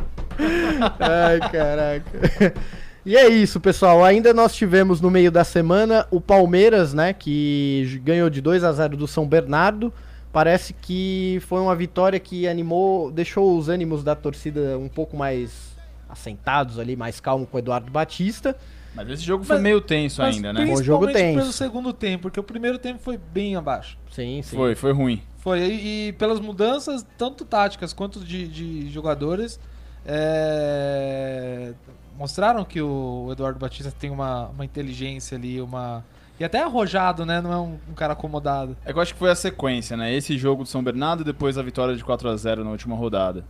A: Ai, caraca. E é isso, pessoal. Ainda nós tivemos no meio da semana o Palmeiras, né, que j- ganhou de 2 a 0 do São Bernardo. Parece que foi uma vitória que animou, deixou os ânimos da torcida um pouco mais assentados ali, mais calmo com o Eduardo Batista.
B: Mas esse jogo foi
C: Mas-
B: meio tenso
C: Mas
B: ainda, né?
A: Bom jogo
C: principalmente
A: tenso.
C: pelo segundo tempo, porque o primeiro tempo foi bem abaixo.
A: Sim, sim.
B: Foi, foi ruim.
C: Foi, e, e pelas mudanças, tanto táticas quanto de, de jogadores, é, mostraram que o Eduardo Batista tem uma, uma inteligência ali, uma. E até arrojado, né? Não é um, um cara acomodado.
B: É que eu acho que foi a sequência, né? Esse jogo do São Bernardo e depois a vitória de 4 a 0 na última rodada.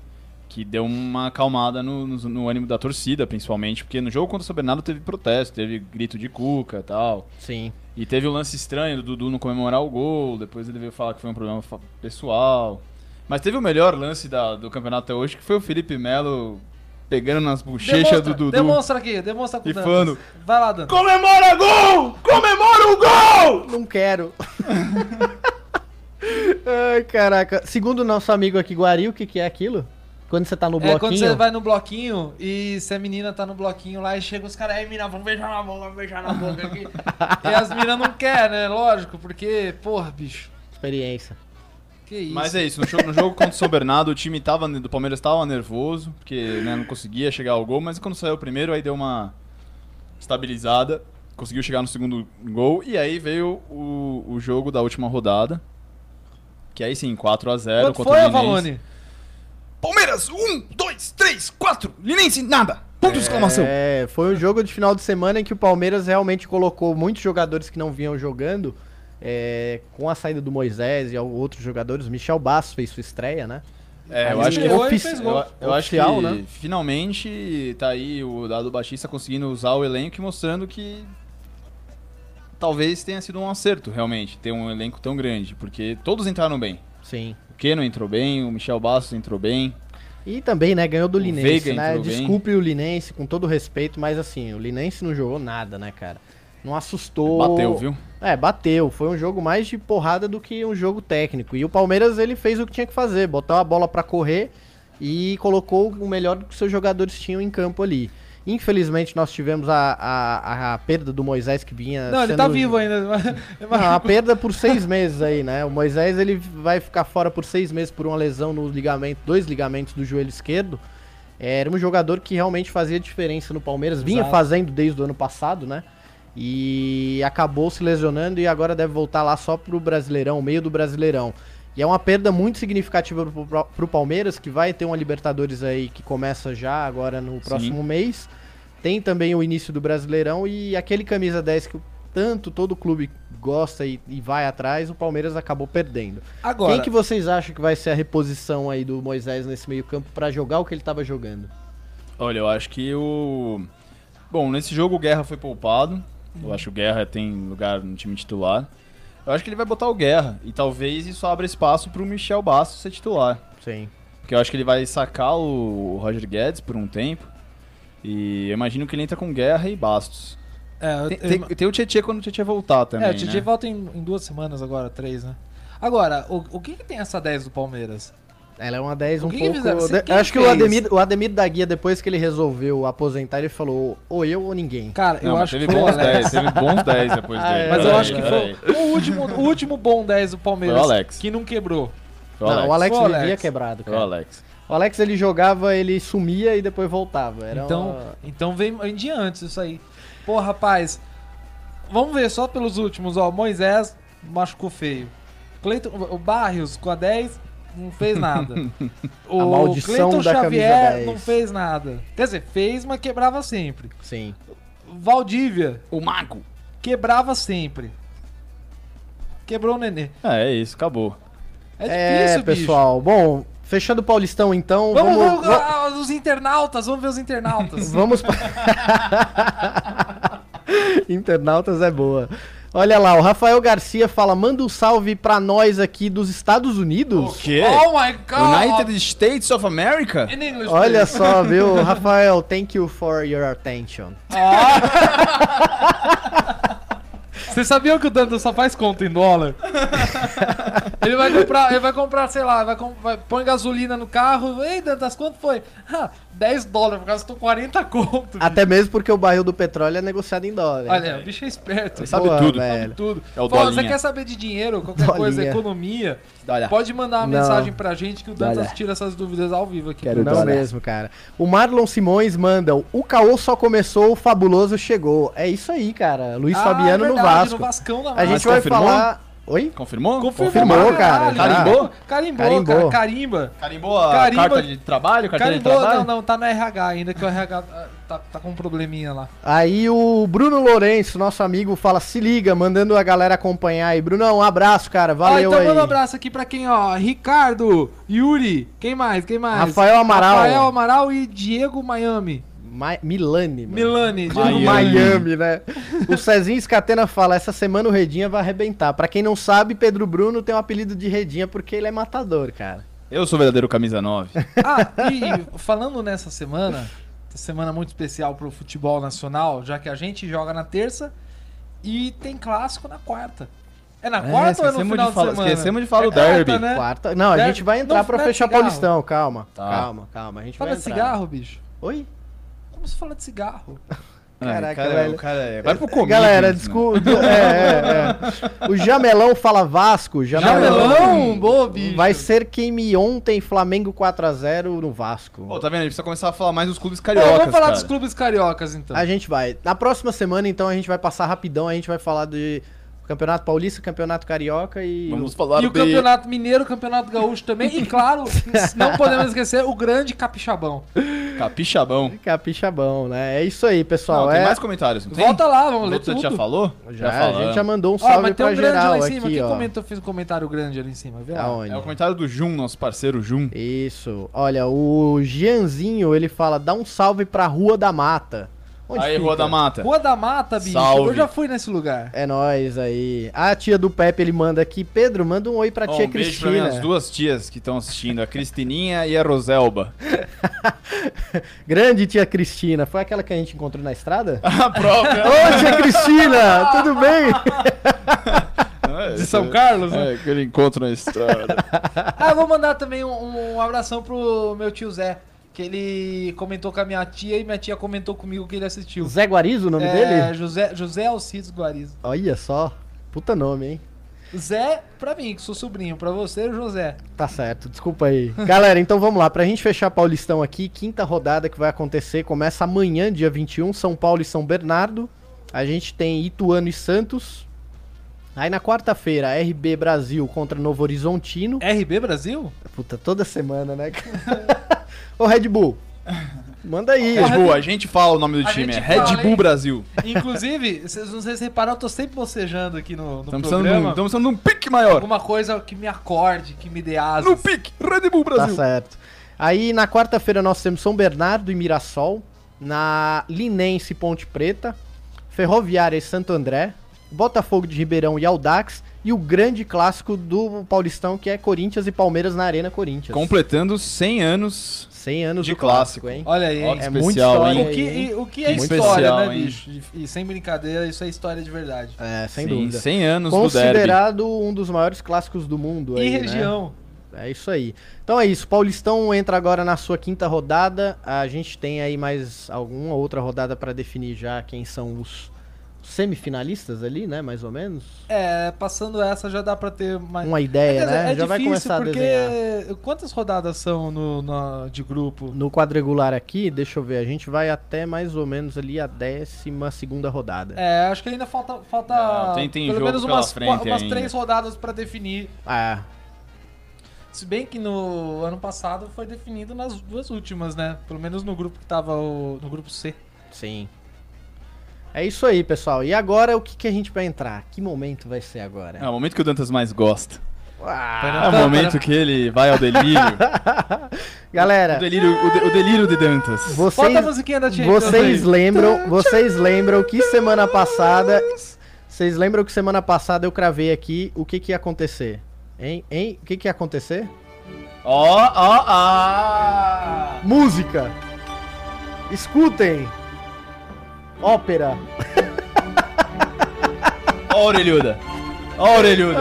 B: Que deu uma acalmada no, no- no ânimo da torcida, principalmente, porque no jogo contra o São Bernardo teve protesto, teve grito de cuca e tal.
A: Sim.
B: E teve o lance estranho do Dudu não comemorar o gol, depois ele veio falar que foi um problema fa- pessoal. Mas teve o melhor lance da- do campeonato até hoje, que foi o Felipe Melo pegando nas bochechas do Dudu.
C: demonstra aqui, demonstra com o
B: E
C: Dantas.
B: fano.
C: Vai lá, Dantas.
B: Comemora gol! Comemora o gol!
A: Não quero. [laughs] Ai, caraca. Segundo o nosso amigo aqui, Guari, o que, que é aquilo? Quando você tá no
C: É,
A: bloquinho.
C: quando você vai no bloquinho e se a menina tá no bloquinho lá e chega os caras, aí mina, vamos beijar na boca, vamos beijar na boca
B: [laughs]
C: aqui. e as minas não querem, né? Lógico, porque, porra, bicho,
A: Experiência.
C: que isso.
B: Mas é isso, no jogo, no jogo contra o São Bernardo, o time tava, ne- do Palmeiras tava nervoso, porque né, não conseguia chegar ao gol, mas quando saiu o primeiro, aí deu uma estabilizada, conseguiu chegar no segundo gol, e aí veio o, o jogo da última rodada, que aí sim, 4 a 0
C: Quanto
B: contra
C: foi,
B: o Linense.
C: Avalone?
B: Palmeiras, 1, 2, 3, 4, Linense, nada, ponto de exclamação.
A: É, foi um jogo de final de semana em que o Palmeiras realmente colocou muitos jogadores que não vinham jogando. é, com a saída do Moisés e al- outros jogadores, Michel Basso fez sua estreia, né?
B: É, eu
A: Aí
B: acho que
A: estreou e
B: ofici-
C: fez
B: eu,
C: gol.
B: eu acho que
A: Oficial, né?
B: finalmente tá aí o Dado Batista conseguindo usar o elenco e mostrando que talvez tenha sido um acerto realmente ter um elenco tão grande, porque todos entraram bem.
A: Sim.
B: O Keno entrou bem, o Michel Bastos entrou bem.
A: E também, né, ganhou do
B: O
A: Linense,
B: Veiga
A: né?
B: entrou bem.
A: Desculpe o Linense, com todo respeito, mas assim, o Linense não jogou nada, né, cara? Não assustou.
B: Bateu, viu?
A: É, bateu. Foi um jogo mais de porrada do que um jogo técnico. E o Palmeiras ele fez o que tinha que fazer, botar a bola pra correr e colocou o melhor que seus jogadores tinham em campo ali. Infelizmente nós tivemos a, a, a perda do Moisés que vinha.
C: Não, ele
A: sendo-
C: tá vivo ainda. [laughs] mas-
A: [laughs]
C: mas-
A: Não, a perda por seis meses aí, né? O Moisés ele vai ficar fora por seis meses por uma lesão no ligamento, dois ligamentos do joelho esquerdo. Era um jogador que realmente fazia diferença no Palmeiras, vinha
C: Exato.
A: fazendo desde o ano passado, né? E acabou se lesionando e agora deve voltar lá só pro Brasileirão, meio do Brasileirão. E é uma perda muito significativa pro, pro- pro Palmeiras, que vai ter uma Libertadores aí que começa já agora no próximo mês. Tem também o início do Brasileirão e aquele camisa 10 que o tanto todo clube gosta e, e vai atrás, o Palmeiras acabou perdendo.
C: Agora,
A: Quem que vocês acham que vai ser a reposição aí do Moisés nesse meio campo pra jogar o que ele tava jogando?
B: Olha, eu acho que o. Bom, nesse jogo o Guerra foi poupado. Eu acho que o Guerra tem lugar no time titular. Eu acho que ele vai botar o Guerra. E talvez isso abra espaço pro Michel Bastos ser titular.
A: Sim.
B: Porque eu acho que ele vai sacar o Roger Guedes por um tempo. E eu imagino que ele entra com Guerra e Bastos.
C: é, eu-
B: Tem,
C: eu-
B: tem- tem o Tietchan quando o Tietchan voltar também,
C: é, o Tietchan
B: né?
C: volta em, em duas semanas agora, três, né? Agora, o, o que que tem essa 10 do Palmeiras?
A: Ela é uma 10
C: O
A: um
C: que que
A: pouco.
C: fizeram? Você-
A: de-
C: quem
A: acho que o
C: fez?
A: Ademir, o Ademir da Guia, depois que ele resolveu aposentar, ele falou: ou eu ou ninguém.
C: Cara,
B: Não,
C: eu
B: mas
C: acho que
B: teve
C: foi o
B: bons 10,
C: Alex.
B: teve bons 10 depois
A: Ah,
B: dele.
A: é,
C: Mas eu
B: Peraí,
C: acho que
B: peraí.
C: foi o último, o último bom 10 do Palmeiras
B: Foi o Alex.
C: que não quebrou.
B: Foi É.
A: Não, o Alex
C: Foi o
A: vivia
C: Alex.
A: quebrado,
B: Foi
A: cara.
B: o Alex.
A: O Alex ele jogava, ele sumia e depois voltava. Era
C: então,
A: uma-
C: então vem em diante isso aí. Pô, rapaz, vamos ver só pelos últimos, ó. Moisés machucou feio. Cleiton, o Barrios com a 10 não
A: [laughs]
C: fez nada. o
A: A maldição
C: Cleiton
A: da camisa
C: Xavier
A: 10.
C: não fez nada. Quer dizer, fez, mas quebrava sempre.
A: Sim.
C: Valdívia
B: O Mago.
C: quebrava sempre. Quebrou o Nenê.
B: É, é isso, acabou.
A: É, pessoal. Bom, fechando o Paulistão então,
C: Vamos,
A: vamos,
C: vamos, ah, os internautas, vamos ver os internautas.
A: [laughs] Vamos pa- Internautas é boa. Olha lá, o Rafael Garcia fala: manda um salve pra nós aqui dos Estados Unidos.
B: quê?
C: Oh my god!
B: United States of America?
C: In English,
A: Olha
C: please.
A: só, viu, [laughs] Rafael, thank you for your attention.
C: Vocês sabiam que o Danton só faz conta
A: [laughs]
C: em dólar? ele vai comprar, ele vai comprar, sei lá, vai, com- vai- põe gasolina no carro. Ei, Dantas, quanto foi? Ah, 10 dólares, por causa que eu tô 40 conto.
A: Até mesmo porque o barril do petróleo é negociado em dólar.
C: Olha, o bicho é esperto.
B: sabe tudo.
A: velho.
C: tudo.
B: É o
C: Pô, você
B: dolinha.
C: quer saber de dinheiro, qualquer
A: Dolinha. Tá.
C: coisa, economia,
B: Olha.
C: pode mandar uma
A: Não.
C: mensagem pra gente que o Dantas
D: Dólar.
C: tira essas dúvidas ao vivo aqui. é.
D: Quero
A: Não
D: dólar.
A: mesmo, cara. O Marlon Simões manda: o caô só começou, o fabuloso chegou. É isso aí, cara. Luiz
C: Ah,
A: Fabiano
C: é
A: no
C: verdade,
A: Vasco.
C: no Vascão da
A: A gente
B: Mas
A: vai
B: confirmou?
A: falar. Oi?
B: Confirmou?
A: Confirmou, cara, tá?
C: caralho.
B: já.
C: Carimbou? Carimbou,
A: Carimbou.
C: cara, carimba.
B: Carimbou a
C: Carimba-
B: carta de trabalho, carteira de
C: Carimbou,
B: trabalho?
C: não, não, tá no RH ainda, que o RH tá, tá com um probleminha lá.
A: Aí o Bruno Lourenço, nosso amigo, fala: se liga, mandando a galera acompanhar aí. Brunão, um abraço, cara.
C: Ó,
A: Valeu
C: então
A: aí.
C: manda um abraço aqui pra quem, ó, Ricardo, Yuri, quem mais, quem mais?
A: Rafael Amaral.
C: Rafael Amaral e Diego Miami.
A: Ma- Milani. mano.
C: Milani, Diego
A: Do
B: Miami.
A: Miami, né? O Cezinho Escatena fala: essa semana o Redinha vai arrebentar. Pra quem não sabe, Pedro Bruno tem o apelido de Redinha porque ele é matador, cara.
B: Eu sou verdadeiro camisa 9.
C: Ah, e falando nessa semana, essa semana muito especial pro futebol nacional, já que a gente joga na terça e tem clássico na quarta. É na
B: É,
C: quarta ou é no
B: esquecemos
C: final
B: de
C: de,
B: falar-
C: semana?
B: esquecemos de falar do
C: quarta,
B: derby.
C: Né?
A: Quarta. Não, a
C: Deve-
A: gente vai entrar
C: não,
A: pra
C: não é
A: fechar
C: cigarro.
A: Paulistão, calma.
B: Tá.
A: Calma, calma. A gente
C: Fala
A: vai
C: de
A: entrar.
C: cigarro, bicho.
A: Oi?
C: Como se fala de cigarro?
A: Caraca,
B: Ai, cara,
A: velho.
B: o cara é- Vai pro comigo.
A: Galera, desculpa. É, é, é. O Jamelão fala Vasco. Jamelão.
C: Jamelão, boa, bicho.
A: Vai ser quem me ontem, Flamengo 4x0 no Vasco.
B: Pô, tá vendo? A gente precisa começar a falar mais dos clubes
C: Pô,
B: cariocas,
C: Então, vamos falar
B: cara.
C: dos clubes cariocas, então.
A: A gente vai. Na próxima semana, então, a gente vai passar rapidão. A gente vai falar de Campeonato Paulista, Campeonato Carioca e.
B: Vamos falar
C: E o
B: de-
C: Campeonato Mineiro, o Campeonato Gaúcho também.
A: [laughs]
C: E claro, não podemos esquecer o grande capixabão.
B: Capixabão.
A: Capixabão, né? É isso aí, pessoal.
B: Não,
A: é...
B: tem mais comentários, não tem?
C: Volta lá,
A: um
C: vamos ler
B: Você
C: tudo.
B: já falou?
A: já, a
B: falamos.
A: gente já mandou um
C: Ó,
A: salve
C: mas tem
A: pra
C: um grande
A: geral
C: lá em
A: aqui,
C: cima. Quem
A: ó.
C: comentou, fez um comentário grande ali em cima, viu?
A: Aonde?
B: É o comentário do Jun, nosso parceiro Jun.
A: Isso. Olha, o Gianzinho, ele fala, dá um salve pra Rua da Mata.
B: Aí,
A: fica?
B: Rua da Mata.
C: Rua da Mata, bicho.
B: Salve.
C: Eu já fui nesse lugar.
A: É nóis aí. A tia do Pepe, ele manda aqui. Pedro, manda um oi pra
B: Ó,
A: tia
B: um beijo pra
A: Cristina.
B: minhas duas tias que estão assistindo, a Cristininha e a Roselba. [laughs]
A: Grande tia Cristina. Foi aquela que a gente encontrou na estrada? [laughs]
B: A própria.
A: Ô, tia Cristina, tudo bem?
C: De São Carlos, né?
B: É, aquele encontro na estrada.
C: Ah, eu vou mandar também um, um abração pro meu tio Zé, que ele comentou com a minha tia e minha tia comentou comigo que ele assistiu.
A: Zé Guarizo, o nome
C: é,
A: dele?
C: José, José Alcides Guarizo.
A: Olha só. Puta nome, hein?
C: Zé, pra mim, que sou sobrinho. Pra você, José.
A: Tá certo, desculpa aí. Galera, então vamos lá. Pra gente fechar Paulistão aqui, quinta rodada que vai acontecer, começa amanhã, dia 21, São Paulo e São Bernardo. A gente tem Ituano e Santos. Aí na quarta-feira, RB Brasil contra Novo Horizontino.
C: RB Brasil?
A: Puta, toda semana, né? [laughs] Ô Red Bull, manda aí.
B: Red Bull, a gente fala o nome do
C: A
B: time, é
C: gente
B: Red
C: fala,
B: Bull
C: hein?
B: Brasil.
C: Inclusive, [laughs] vocês não sei se repararam, eu tô sempre bocejando aqui no, no
B: Estamos precisando, de um-
C: programa.
B: tamo precisando de um pique maior.
C: Alguma coisa que me acorde, que me dê asas.
B: No pique, Red Bull
A: Tá
B: Brasil.
A: certo. Aí na quarta-feira nós temos São Bernardo e Mirassol, na Linense e Ponte Preta, Ferroviária e Santo André, Botafogo de Ribeirão e Aldax e o grande clássico do Paulistão que é Corinthians e Palmeiras na Arena Corinthians.
B: Completando 100 anos.
A: 100 anos
B: De
A: do clássico,
B: clássico.
A: hein?
C: Olha aí,
B: Ó,
C: hein?
B: que
A: é
B: especial,
A: muita história,
B: hein?
C: O que, e- o que é
B: Que
C: história,
B: especial,
C: né,
B: hein?
C: bicho? E, e sem brincadeira, isso é história de verdade.
A: É, sem
B: Sim,
A: dúvida.
B: 100 anos do derby.
A: Considerado um dos maiores clássicos do mundo.
C: e
A: aí, né?
C: região.
A: É isso aí. Então é isso. Paulistão entra agora na sua quinta rodada. A gente tem aí mais alguma outra rodada pra definir já quem são os semifinalistas ali, né? Mais ou menos.
C: É, passando essa já dá pra ter mais.
B: Um
A: Uma ideia,
C: Quer dizer,
A: né?
C: é
A: já vai
C: difícil
A: começar a desenhar.
C: porque quantas rodadas são no, na- de grupo?
A: No quadrangular aqui, deixa eu ver, a gente vai até mais ou menos ali a décima segunda rodada.
C: É, acho que ainda falta, falta
B: Não, tem- tem
C: pelo
B: jogo
C: menos
B: pela
C: umas,
B: frente
C: qua- umas
B: ainda.
C: três rodadas pra definir.
A: Ah,
C: Se bem que no ano passado foi definido nas duas últimas, né? Pelo menos no grupo que tava o, no grupo C.
A: sim. É isso aí, pessoal. E agora o que, que a gente vai entrar? Que momento vai ser agora?
B: É o momento que o Dantas mais gosta.
A: Uau. Ah.
B: É o momento que ele vai
A: [laughs]
B: ao delírio. O
A: Galera,
B: delírio, o de- o delírio de Dantas.
A: vocês,
C: Bota a musiquinha da Champions
A: vocês
C: aí.
A: lembram, vocês lembram que semana passada, vocês lembram que semana passada eu cravei aqui o que que ia acontecer? Hein? Hein? O que que ia acontecer?
B: Ó, ó, ó.
A: Música. Escutem. Ópera.
B: Ó, a orelhuda. Ó, a orelhuda.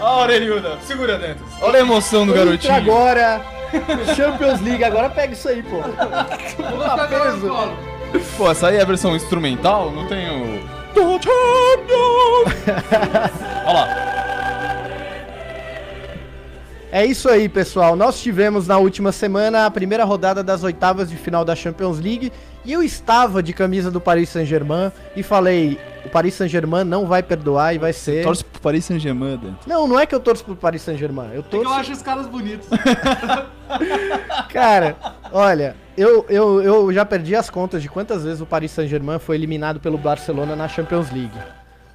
B: Ó, a orelhuda. Segura, Dantas. Olha a emoção do
A: Entra
B: garotinho.
A: agora. Champions League, agora pega isso aí, pô.
C: Vou colocar agora no
A: Peso.
C: colo.
B: Pô, essa aí é a versão instrumental? Não tem o. Olha lá.
A: É isso aí, pessoal. Nós tivemos na última semana a primeira rodada das oitavas de final da Champions League e eu estava de camisa do Paris Saint-Germain e falei: o Paris Saint-Germain não vai perdoar e vai ser.
B: Torce pro Paris Saint-Germain, Dantas.
A: Não, não é que eu torço pro Paris Saint-Germain. Eu
C: Porque
A: torço.
C: É eu acho os caras bonitos.
A: Cara, olha, eu, eu, eu já perdi as contas de quantas vezes o Paris Saint-Germain foi eliminado pelo Barcelona na Champions League.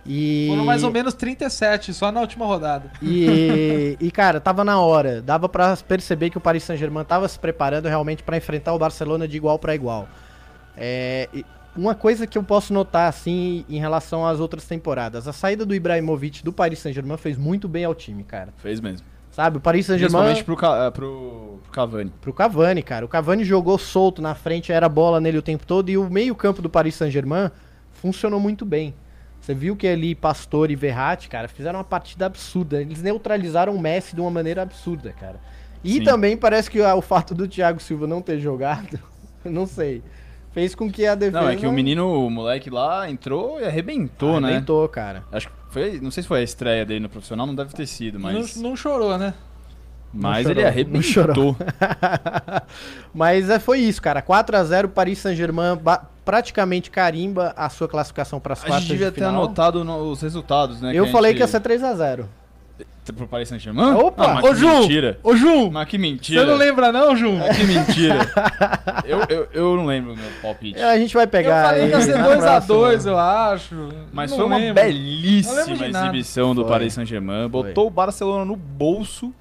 A: E.
C: Foram mais ou menos 37, só na última rodada.
A: E, e, cara, tava na hora. Dava pra perceber que o Paris Saint-Germain tava se preparando realmente pra enfrentar o Barcelona de igual pra igual. É, e uma coisa que eu posso notar assim em relação às outras temporadas, a saída do Ibrahimovic do Paris Saint-Germain fez muito bem ao time, cara.
B: Fez mesmo.
A: Sabe, o Paris
B: Principalmente
A: Saint-Germain
B: pro, Ca- eh, pro, pro Cavani.
A: pro Cavani, cara. O Cavani jogou solto na frente, era bola nele o tempo todo e o meio-campo do Paris Saint-Germain funcionou muito bem. Você viu que ali Pastor e Verratti, cara, fizeram uma partida absurda. Eles neutralizaram o Messi de uma maneira absurda, cara. E
B: Sim.
A: também parece que ah, o fato do Thiago Silva não ter jogado, [laughs] não sei, fez com que a defesa
B: Não, é que o menino, o moleque lá, entrou e arrebentou, né?
A: arrebentou, cara. [laughs]
B: Acho que foi, não sei se foi a estreia dele no profissional, não deve ter sido, mas,
C: Não, não chorou, né?
B: mas
A: não
B: ele
A: chorou, não
B: arrebentou.
A: chorou. Mas é, foi isso, cara. 4 a 0 Paris Saint-Germain ba- praticamente carimba a sua classificação para as
B: A
A: quartas
B: gente devia
A: de
B: ter
A: final.
B: anotado no- os resultados, né?
A: Eu
B: a
A: falei
B: gente-
A: que ia ser 3 a 0
B: Pro Paris Saint-Germain?
A: Opa!
B: Ah, mas que
C: Ô, Ju!
B: mentira.
C: Ô, Jun!
B: Mas que mentira.
C: Você não lembra, não, Jun?
B: Mas que
A: [laughs]
B: mentira. eu, eu, eu não lembro o meu palpite.
A: A gente vai pegar.
C: Eu falei que ia
A: aí
C: ser
A: na
C: 2x2,
A: próxima.
C: eu acho.
B: Mas
C: Não
B: foi uma
C: lembro. Não lembro
B: belíssima
C: de nada.
B: exibição do
A: Foi.
B: Paris Saint-Germain. Botou o Barcelona no bolso.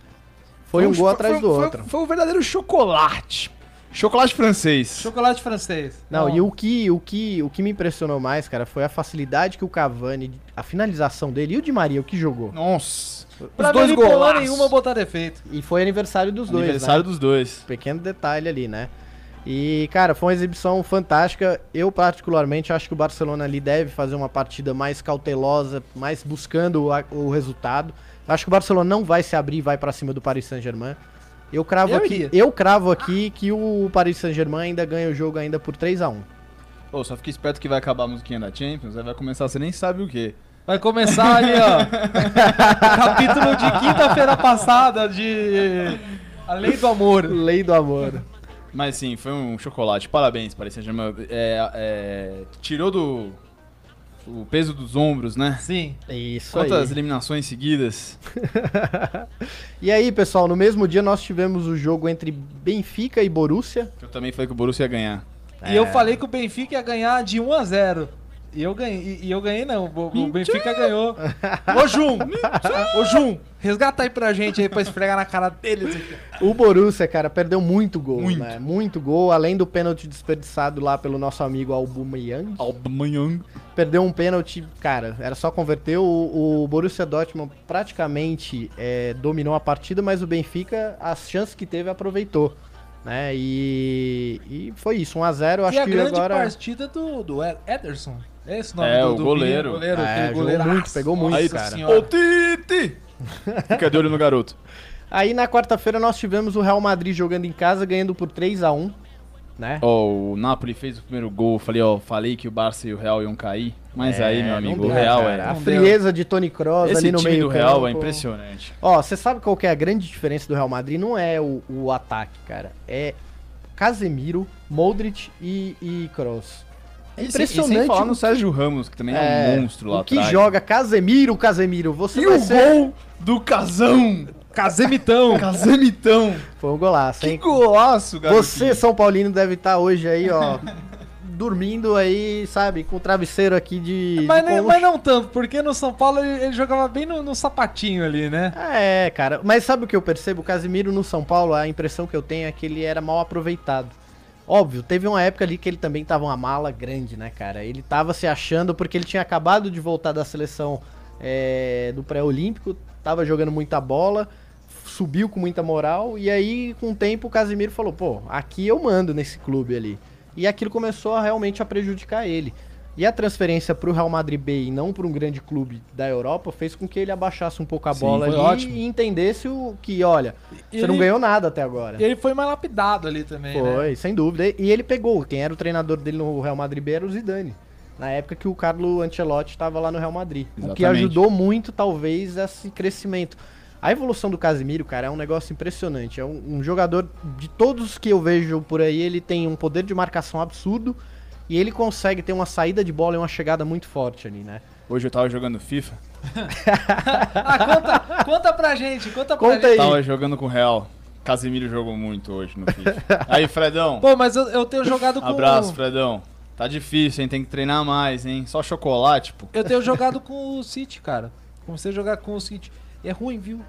A: Foi um
B: Foi-
A: gol
B: foi-
A: atrás
B: foi-
A: do
B: foi-
A: outro.
B: Foi um verdadeiro chocolate. Chocolate francês.
C: Chocolate francês.
A: Não, e o que, o, que, o que me impressionou mais, cara, foi a facilidade que o Cavani, a finalização dele e o Di Maria, o que jogou.
B: Nossa.
C: Pra
B: os dois
C: mim, porra
B: golaços.
C: nenhuma botar defeito.
A: E foi aniversário dos dois.
B: Aniversário
A: né?
B: dos dois.
A: Pequeno detalhe ali, né? E, cara, foi uma exibição fantástica. Eu, particularmente, acho que o Barcelona ali deve fazer uma partida mais cautelosa, mais buscando a- o resultado. Acho que o Barcelona não vai se abrir e vai pra cima do Paris Saint-Germain. Eu cravo,
C: Eu
A: aqui,
C: iria.
A: eu cravo aqui que o Paris Saint-Germain ainda ganha o jogo ainda por 3 a 1
B: Pô, só fica esperto que vai acabar a musiquinha da Champions, aí vai começar, você nem sabe o quê.
C: Vai começar ali,
A: [laughs]
C: ó. o capítulo de quinta-feira passada de A Lei do Amor.
A: Lei do amor.
B: Mas sim, foi um chocolate. Parabéns, Paris Saint-Germain. É, é, tirou do o peso dos ombros, né?
C: Sim.
A: É Isso
B: Quantas
A: aí.
B: eliminações seguidas.
A: E aí, pessoal, no mesmo dia nós tivemos o jogo entre Benfica e Borussia.
B: Eu também falei que o Borussia ia ganhar.
A: É.
C: E eu falei que o Benfica ia ganhar de 1 a 0 E eu ganhei, e- e eu ganhei não, o, o
A: [laughs]
C: Benfica ganhou. Ô Jun, ô Jun, resgata aí pra gente aí pra esfregar na cara deles. aqui.
A: O Borussia, cara, perdeu muito gol,
B: Muito.
A: né? Muito gol, além do pênalti desperdiçado lá pelo nosso amigo Aubameyang.
B: Aubameyang.
A: Perdeu um pênalti, cara, era só converter. O, o Borussia Dortmund praticamente é, dominou a partida, mas o Benfica, as chances que teve, aproveitou. Né? E, e foi isso, 1x0,
C: E
A: acho
C: a
A: que
C: grande
A: agora...
C: partida do, do Ed- Ederson. É esse o nome
B: É,
C: do,
B: o
C: do
B: goleiro.
C: menino, goleiro
A: É,
C: aquele
A: jogou
C: goleiraço.
A: muito, pegou muito,
C: Nossa
A: cara.
B: Ô,
C: senhora.
B: assim, Tite! Fica de olho no garoto.
A: Aí na quarta-feira nós tivemos o Real Madrid jogando em casa, ganhando por 3 a 1 né?
B: Ó, o Napoli fez o primeiro gol. Falei, ó, falei que o Barça e o Real iam cair. Mas aí, meu amigo,
A: deu,
B: o Real
A: É, cara. A
B: é.
C: Não deu.
A: frieza de Tony Kroos
B: Esse
A: ali no
B: time
A: meio
B: do Real é
A: campo.
B: impressionante.
A: Ó, você sabe qual que é a grande diferença do Real Madrid? Não é o, o ataque, cara. É Casemiro, Modric e, e Kroos. É
B: E sem- E sem
A: impressionante.
B: falar
A: o-
B: no Sérgio Ramos, que também é,
A: é,
B: um monstro lá
A: o que
B: atrás.
A: joga Casemiro, Casemiro. Você
B: E
A: vai
B: o
A: ser...
C: é-
B: gol do Casão! [laughs]
C: Casemitão.
B: Casemitão!
A: Foi um golaço,
B: Que
A: hein?
B: golaço, garoto! [laughs]
A: Você, São Paulino, deve estar hoje aí, tá ó, dormindo aí, sabe, com o travesseiro aqui
B: É,
A: de.
C: Mas,
A: de
C: nem-
A: colcha.
C: mas não tanto, porque no São Paulo ele, ele jogava bem no, no sapatinho ali, né?
A: É, cara. Mas sabe o que eu percebo? O Casimiro no São Paulo, a impressão que eu tenho é que ele era mal aproveitado. Óbvio, teve uma época ali que ele também tava uma mala grande, né, cara? Ele tava se achando porque ele tinha acabado de voltar da seleção é, do pré-olímpico, tava jogando muita bola, subiu com muita moral, e aí, com o tempo, o Casimiro falou, pô, aqui eu mando nesse clube ali. E aquilo começou a realmente a prejudicar ele. E a transferência pro Real Madrid B e não para um grande clube da Europa fez com que ele abaixasse um pouco a
B: Sim,
A: bola
B: foi
A: ali
B: ótimo.
A: e entendesse o que, olha, você não
C: Ele-
A: ganhou nada até agora.
C: E ele foi mais lapidado ali também, né?
A: Foi, sem dúvida. E- E ele pegou. Quem era o treinador dele no Real Madrid B era o Zidane. Na época que o Carlo Ancelotti estava lá no Real Madrid. O que
B: Exatamente.
A: ajudou muito, talvez, esse crescimento. A evolução do Casemiro, cara, é um negócio impressionante. É um, um jogador, de todos que eu vejo por aí, ele tem um poder de marcação absurdo e ele consegue ter uma saída de bola e uma chegada muito forte ali, né?
B: Hoje eu tava jogando FIFA,
C: Ah, conta, conta pra gente, conta pra
A: Conta
C: gente.
A: aí.
B: tava jogando com o Real. Casimiro jogou muito hoje no
C: [laughs]
B: FIFA. Aí, Fredão,
C: Pô, mas eu, eu tenho jogado com.
B: abraço, Fredão. Tá difícil, hein? Tem que treinar mais, hein? Só chocolate, pô.
C: Eu tenho jogado com o City, cara. Comecei a jogar com o City. E é
B: [laughs]
C: ruim, viu?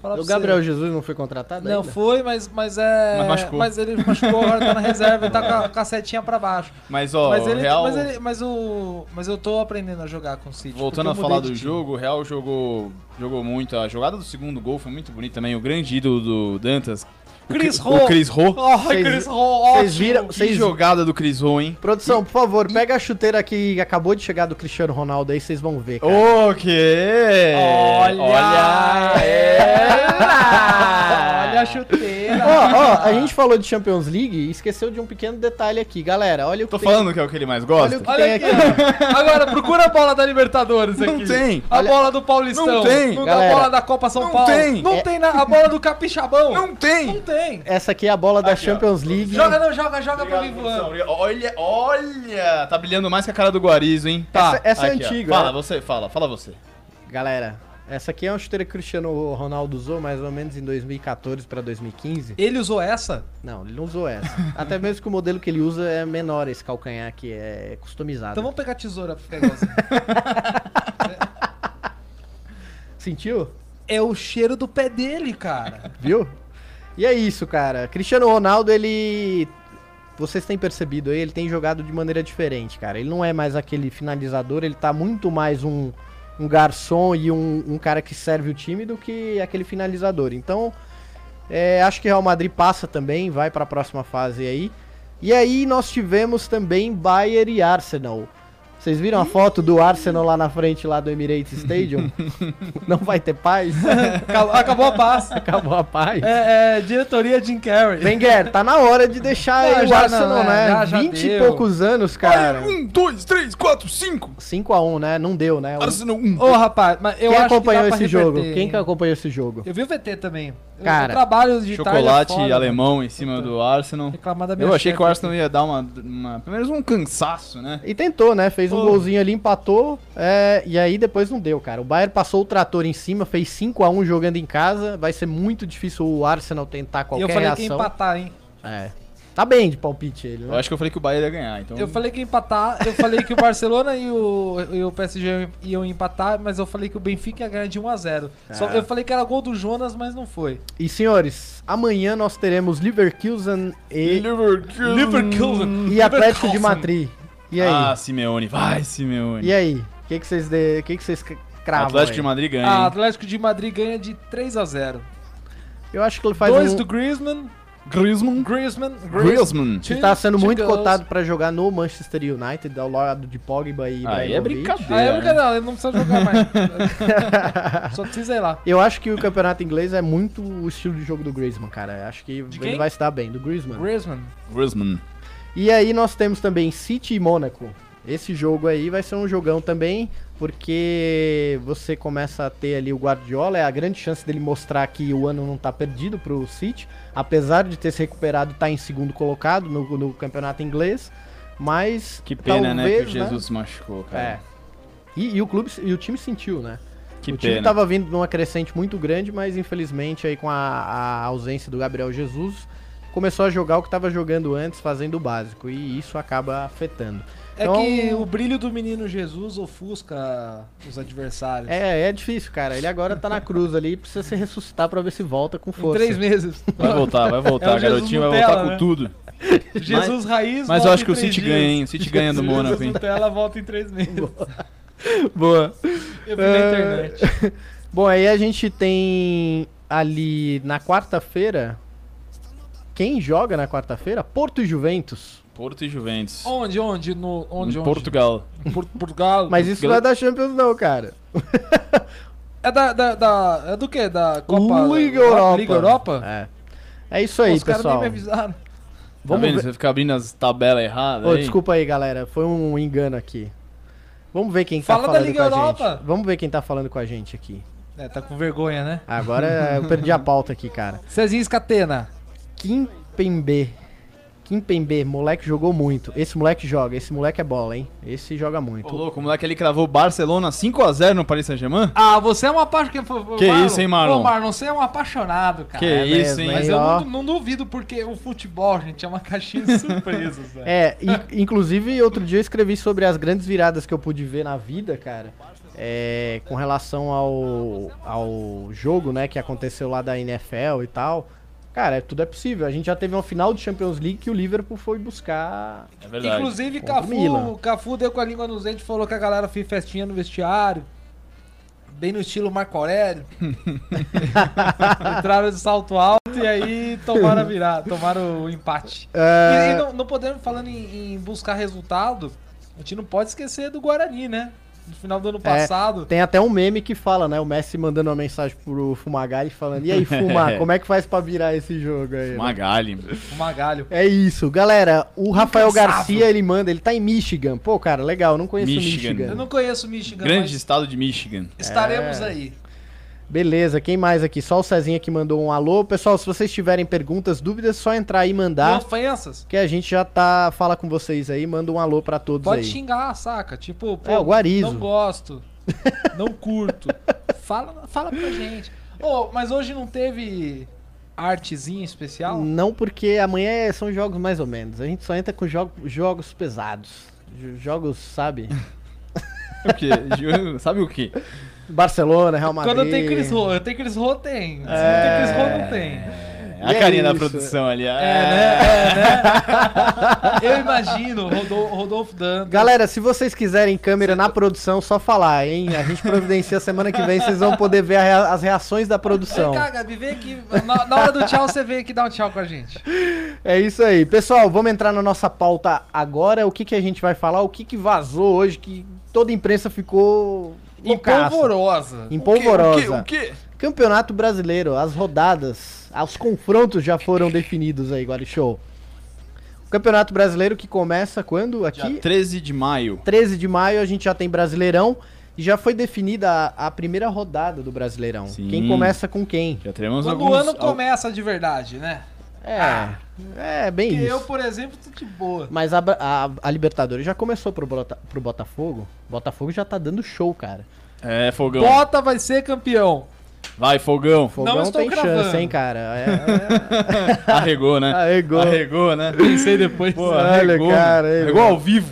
C: Falar pra
A: O
C: você.
A: Gabriel Jesus não foi contratado
C: Não,
A: ainda?
C: foi, mas, mas é.
B: Mas machucou.
C: ele machucou, agora tá na reserva, ele tá com a, com a setinha pra baixo.
B: Mas, ó,
C: mas,
B: o
C: ele,
B: Real...
C: mas, ele, mas o. Mas eu tô aprendendo a jogar com o City.
B: Voltando a
C: porque eu
B: falar
C: mudei
B: do
C: de time.
B: jogo, o Real jogou, jogou muito. A jogada do segundo gol foi muito bonita também. O grande ídolo do Dantas. o
C: Chris
B: Cri-
C: Ho.
B: O Chris Ho.
C: Ai,
A: Vocês-
C: Chris Hall,
A: vocês
C: ótimo.
A: viram-
B: Que
A: vocês
B: jogada do Cris Ho, hein?
A: Produção, por favor, pega a chuteira que acabou de chegar do Cristiano Ronaldo aí, vocês vão ver, cara.
B: O quê?
C: Olha!
B: ela!
C: Olha a chuteira!
A: Ó, ó, a gente falou de Champions League e esqueceu de um pequeno detalhe aqui, galera. Olha o que
B: Tô
A: tem-
B: falando que é o que ele mais
A: Olha
B: gosta?
A: o que
C: Olha
A: tem
C: aqui,
A: aqui.
C: ó. Agora, procura a bola da Libertadores aqui.
B: Não tem.
C: A
A: Olha-
C: bola do Paulistão.
B: Não tem,
C: Não
A: galera.
C: a bola da Copa São
B: Não
C: Paulo.
B: tem.
C: Não
A: É-
C: tem. na- A bola do Capixabão.
B: Não tem.
C: Não tem.
A: Essa aqui é a bola da
B: Aqui, ó.
A: Champions League.
C: Joga, não, joga, joga pra mim
B: Obrigado, produção.
C: voando.
B: Obrigado. Olha, olha! Tá brilhando mais que a cara do Guarizo, hein? Tá.
A: Essa- essa é
B: ó.
A: antiga,
B: Fala,
A: é.
B: você, fala, fala você.
A: Galera, essa aqui é uma chuteira que o Cristiano Ronaldo usou mais ou menos em 2014 pra 2015.
C: Ele usou essa?
A: Não, ele não usou essa. Até mesmo que o modelo que ele usa é menor, esse calcanhar aqui é customizado.
C: Então vamos pegar a tesoura pra
A: [laughs]
C: pegar essa.
A: Sentiu?
C: É o cheiro do pé dele, cara.
A: Viu? E é isso, cara. Cristiano Ronaldo, ele. Vocês têm percebido aí, ele tem jogado de maneira diferente, cara. Ele não é mais aquele finalizador, ele tá muito mais um, um garçom e um, um cara que serve o time do que aquele finalizador. Então, é, acho que Real Madrid passa também, vai pra próxima fase aí. E aí nós tivemos também Bayern e Arsenal. Vocês viram a foto do Arsenal lá na frente, lá do Emirates Stadium? não vai ter paz?
C: Acabou, acabou a paz.
A: Acabou a paz?
C: É, é, diretoria Jim Carrey.
A: Wenger, tá na hora de deixar
C: Não,
A: aí o
C: já
A: Arsenal,
C: não, é,
A: né?
C: já- já
A: 20 e
C: deu.
A: poucos anos, cara.
B: Um, dois, três, quatro, cinco.
A: 5x1, né? Não deu, né? O-
B: Arsenal, um.
C: Ô, rapaz, mas eu
A: Quem
C: acho que dá
A: acompanhou
C: pra
A: esse jogo?
C: reverter,
A: Quem
C: hein?
A: que acompanhou esse jogo?
C: Eu vi o VT também. Eu-
A: Cara,
C: o trabalho de tarde é
B: Chocolate
C: foda,
A: né?
B: alemão em cima do Arsenal.
A: Tá
C: Reclamar da minha
B: Eu achei
A: assim,
C: chefe
A: é
B: que o Arsenal ia dar uma, uma- pelo menos um cansaço, né?
A: E tentou, né? Fez um
B: Pô.
A: golzinho ali, empatou. é, e aí depois não deu, cara. O Bayern passou o trator em cima, fez 5x1 jogando em casa. Vai ser muito difícil o Arsenal tentar
C: E
A: qualquer
C: eu falei que ia
A: reação.
C: empatar, hein?
A: É. Tá bem de palpite ele,
B: Eu
A: né?
B: acho que eu falei que o Bahia ia ganhar, então.
C: Eu falei que ia empatar, eu falei que o Barcelona e o, e o PSG iam empatar, mas eu falei que o Benfica ia ganhar de 1x0.
A: Ah.
B: É.
C: Eu falei que era gol do Jonas, mas não foi.
A: E senhores, amanhã nós teremos Leverkusen e,
B: Liverpool.
C: Leverkusen.
A: e Atlético de Madrid. E aí?
B: Ah, Simeone, vai, Simeone.
A: E é aí, o que que vocês dê- que que vocês c- cravam?
B: Atlético
A: aí?
B: de Madrid ganha.
C: Ah,
B: hein?
C: Atlético de Madrid ganha de 3x0.
A: Eu acho que ele faz
C: Dois
A: um
C: do Griezmann,
B: Griezmann.
C: Griezmann, Griezmann.
B: Griezmann.
A: que tá sendo
C: Two
A: muito
C: goals.
A: cotado pra jogar no Manchester United ao lado de Pogba e
B: Aí é
A: Ibrahimovic.
B: brincadeira.
C: Ah, eu não
B: né?
C: quero, não, ele não precisa jogar mais.
B: [laughs]
C: Só precisa ir lá.
A: Eu acho que o campeonato inglês é muito o estilo de jogo do Griezmann, cara. Eu Acho que ele
C: quem?
A: vai se dar bem, do Griezmann.
C: Griezmann.
B: Griezmann.
A: E aí nós temos também City e Mônaco. Esse jogo aí vai ser um jogão também, porque você começa a ter ali o Guardiola, é a grande chance dele mostrar que o ano não tá perdido pro City, apesar de ter se recuperado e tá em segundo colocado no, no campeonato inglês, mas
B: Que pena, né? Que o
A: talvez,
B: Jesus se machucou, cara.
A: É. E, e o clube e o time sentiu, né?
B: Que
A: o time
B: pena.
A: tava vindo numa crescente muito grande, mas infelizmente aí com a, a ausência do Gabriel Jesus começou a jogar o que tava jogando antes, fazendo o básico. E isso acaba afetando.
C: É
A: Então-
C: que o brilho do menino Jesus ofusca os adversários.
A: É, é difícil, cara. Ele agora tá na cruz ali e precisa se ressuscitar pra ver se volta com
C: em
A: força.
C: três
A: [laughs]
C: meses.
B: Vai voltar, vai
C: É
B: voltar,
C: o Jesus
B: garotinho, vai
C: Nutella,
B: voltar com
C: né?
B: tudo.
C: Jesus
B: Mas
C: raiz. volta
B: eu acho
C: em
B: que o
C: três
B: City
C: dias.
B: ganha, hein? O City ganha do Mônaco,
C: [laughs] Jesus
B: hein?
C: Nutella volta em três meses.
A: Boa.
C: Eu vi na
A: É.
C: internet.
A: Bom, aí a gente tem ali na quarta-feira. Quem joga na quarta-feira? Porto e Juventus.
B: Porto e Juventus.
C: Onde, onde? No, onde,
B: Em
C: onde?
B: Portugal. Tá
C: Por- Portugal.
A: Mas isso não é da Champions, não, cara.
C: É da, da, da- É do quê? Da Copa.
A: Liga Europa.
C: Liga Europa?
A: É. É isso aí,
C: Os caras nem
A: pessoal.
C: me avisaram.
A: Vamos
B: tá vendo?
A: ver-
B: Você fica abrindo as tabelas erradas.
A: Ô,
B: aí.
A: desculpa aí, galera. Foi um engano aqui. Vamos ver quem
C: Fala
A: tá
C: da
A: falando
C: Liga
A: com a
C: Europa.
A: gente. Vamos ver quem tá falando com a gente aqui.
C: É, tá com vergonha, né?
A: Agora eu perdi a pauta aqui, cara.
C: Cezinha Escatena.
A: Kimpembe. Kimpembe, moleque jogou muito. Esse moleque joga, esse moleque é bola, hein? Esse joga
B: Ô,
A: muito.
B: louco, o moleque ali cravou o Barcelona 5x0 no Paris Saint-Germain?
C: Ah, você é um apaixonado.
B: Que isso, hein, Marlon?
C: Ô, Marlon, você é um apaixonado, cara.
B: Que
A: é
B: isso,
A: mesmo,
B: hein?
A: hein?
C: Mas eu
A: Ó.
C: não, não duvido, porque o futebol, gente, é uma caixinha de surpresas, [laughs] velho.
A: É, in- inclusive outro dia eu escrevi sobre as grandes viradas que eu pude ver na vida, cara. É, com relação ao, ao jogo, né, que aconteceu lá da NFL e tal. Cara, é- tudo é possível. A gente já teve uma final de Champions League que o Liverpool foi buscar.
B: É verdade.
C: Inclusive,
A: Contra o
C: Cafu,
A: Milan.
C: Cafu deu com a língua nos dentes e falou que a galera fez festinha no vestiário. Bem no estilo
A: [laughs]
C: Marco Aurélio. Entraram de salto alto e aí tomaram a virada, tomaram o empate.
A: É.
C: E, e não, não podemos, falando em, em buscar resultado, a gente não pode esquecer do Guarani, né? No final
A: É.
C: do ano passado.
A: Tem até um meme que fala, né? O Messi mandando uma mensagem pro Fumagalli falando: E aí, Fumar, como é que faz pra virar esse jogo aí? né?"
B: Magali.
C: O Magalho.
A: É isso, galera. O Rafael
C: Incansável.
A: Garcia ele manda, ele tá em Michigan. Pô, cara, legal, não conheço
B: Michigan.
A: Michigan.
C: Eu não conheço o Michigan,
B: Grande
C: mas
B: estado de Michigan.
A: É.
C: estaremos aí.
A: Beleza, quem mais aqui? Só o Cezinha que mandou um alô. Pessoal, se vocês tiverem perguntas, dúvidas, é só entrar aí e
C: Tá.
A: mandar.
C: Ofensas.
A: Que a gente já tá. Fala com vocês aí, manda um alô pra todos
C: Pode
A: aí.
C: xingar, saca? Tipo, pô,
A: É, o Guarizo.
C: não gosto, não curto. fala, fala pra gente. Ô, mas hoje não teve artezinha especial?
A: Não, porque amanhã é- são jogos mais ou menos. A gente só entra com jogo- jogos pesados. Jo- Jogos,
C: [laughs]
A: sabe?
B: O quê? Ju- Sabe o quê?
A: Barcelona, Real Madrid.
C: Quando tem Cris Rô, eu tenho Cris Rô, tem.
A: É.
C: Se não tem Cris Rô, não tem.
B: É,
A: E
B: a
A: é
B: carinha da
A: isso.
B: produção ali.
C: É, né? É, né? Eu imagino, Rodolfo, Rodolfo Dando.
A: Galera, se vocês quiserem câmera na produção, só falar, hein? A gente providencia semana que vem, vocês vão poder ver a rea- as reações da
C: Vem
A: produção.
C: cá, Gabi, vem aqui. Na, na hora do tchau, você vem aqui dar um tchau com a gente.
A: É isso aí. Pessoal, vamos entrar na nossa pauta agora. O que, que a gente vai falar? O que, que vazou hoje que toda a imprensa ficou loucaça.
C: Empolvorosa.
A: Em polvorosa.
B: O quê? O quê?
A: Campeonato Brasileiro, as rodadas, os confrontos já foram definidos aí, Guarixou. O Campeonato Brasileiro que começa quando?
B: Dia
A: Aqui?
B: 13 de maio.
A: 13 de maio a gente já tem Brasileirão e já foi definida a, a primeira rodada do Brasileirão.
B: Sim.
A: Quem começa com quem?
B: Já teremos
C: Quando
B: alguns...
C: o ano
B: al-
C: começa de verdade, né?
A: É, é bem
C: Porque
A: isso.
C: eu, por exemplo, tô de boa.
A: Mas a, Bra- a- a Libertadores já começou pro, Bota- pro Botafogo. Botafogo já tá dando show, cara.
B: É, fogão.
C: Bota vai ser campeão.
B: Vai, fogão.
A: Fogão
C: estou
A: tem
C: cravando.
A: chance, hein, cara. É,
B: [laughs] Arregou, né?
A: [laughs] Arregou.
B: Arregou, né?
C: Pensei depois.
B: Pô,
A: Olha,
B: arregou.
A: cara, aí,
B: arregou
A: mano.
B: ao vivo.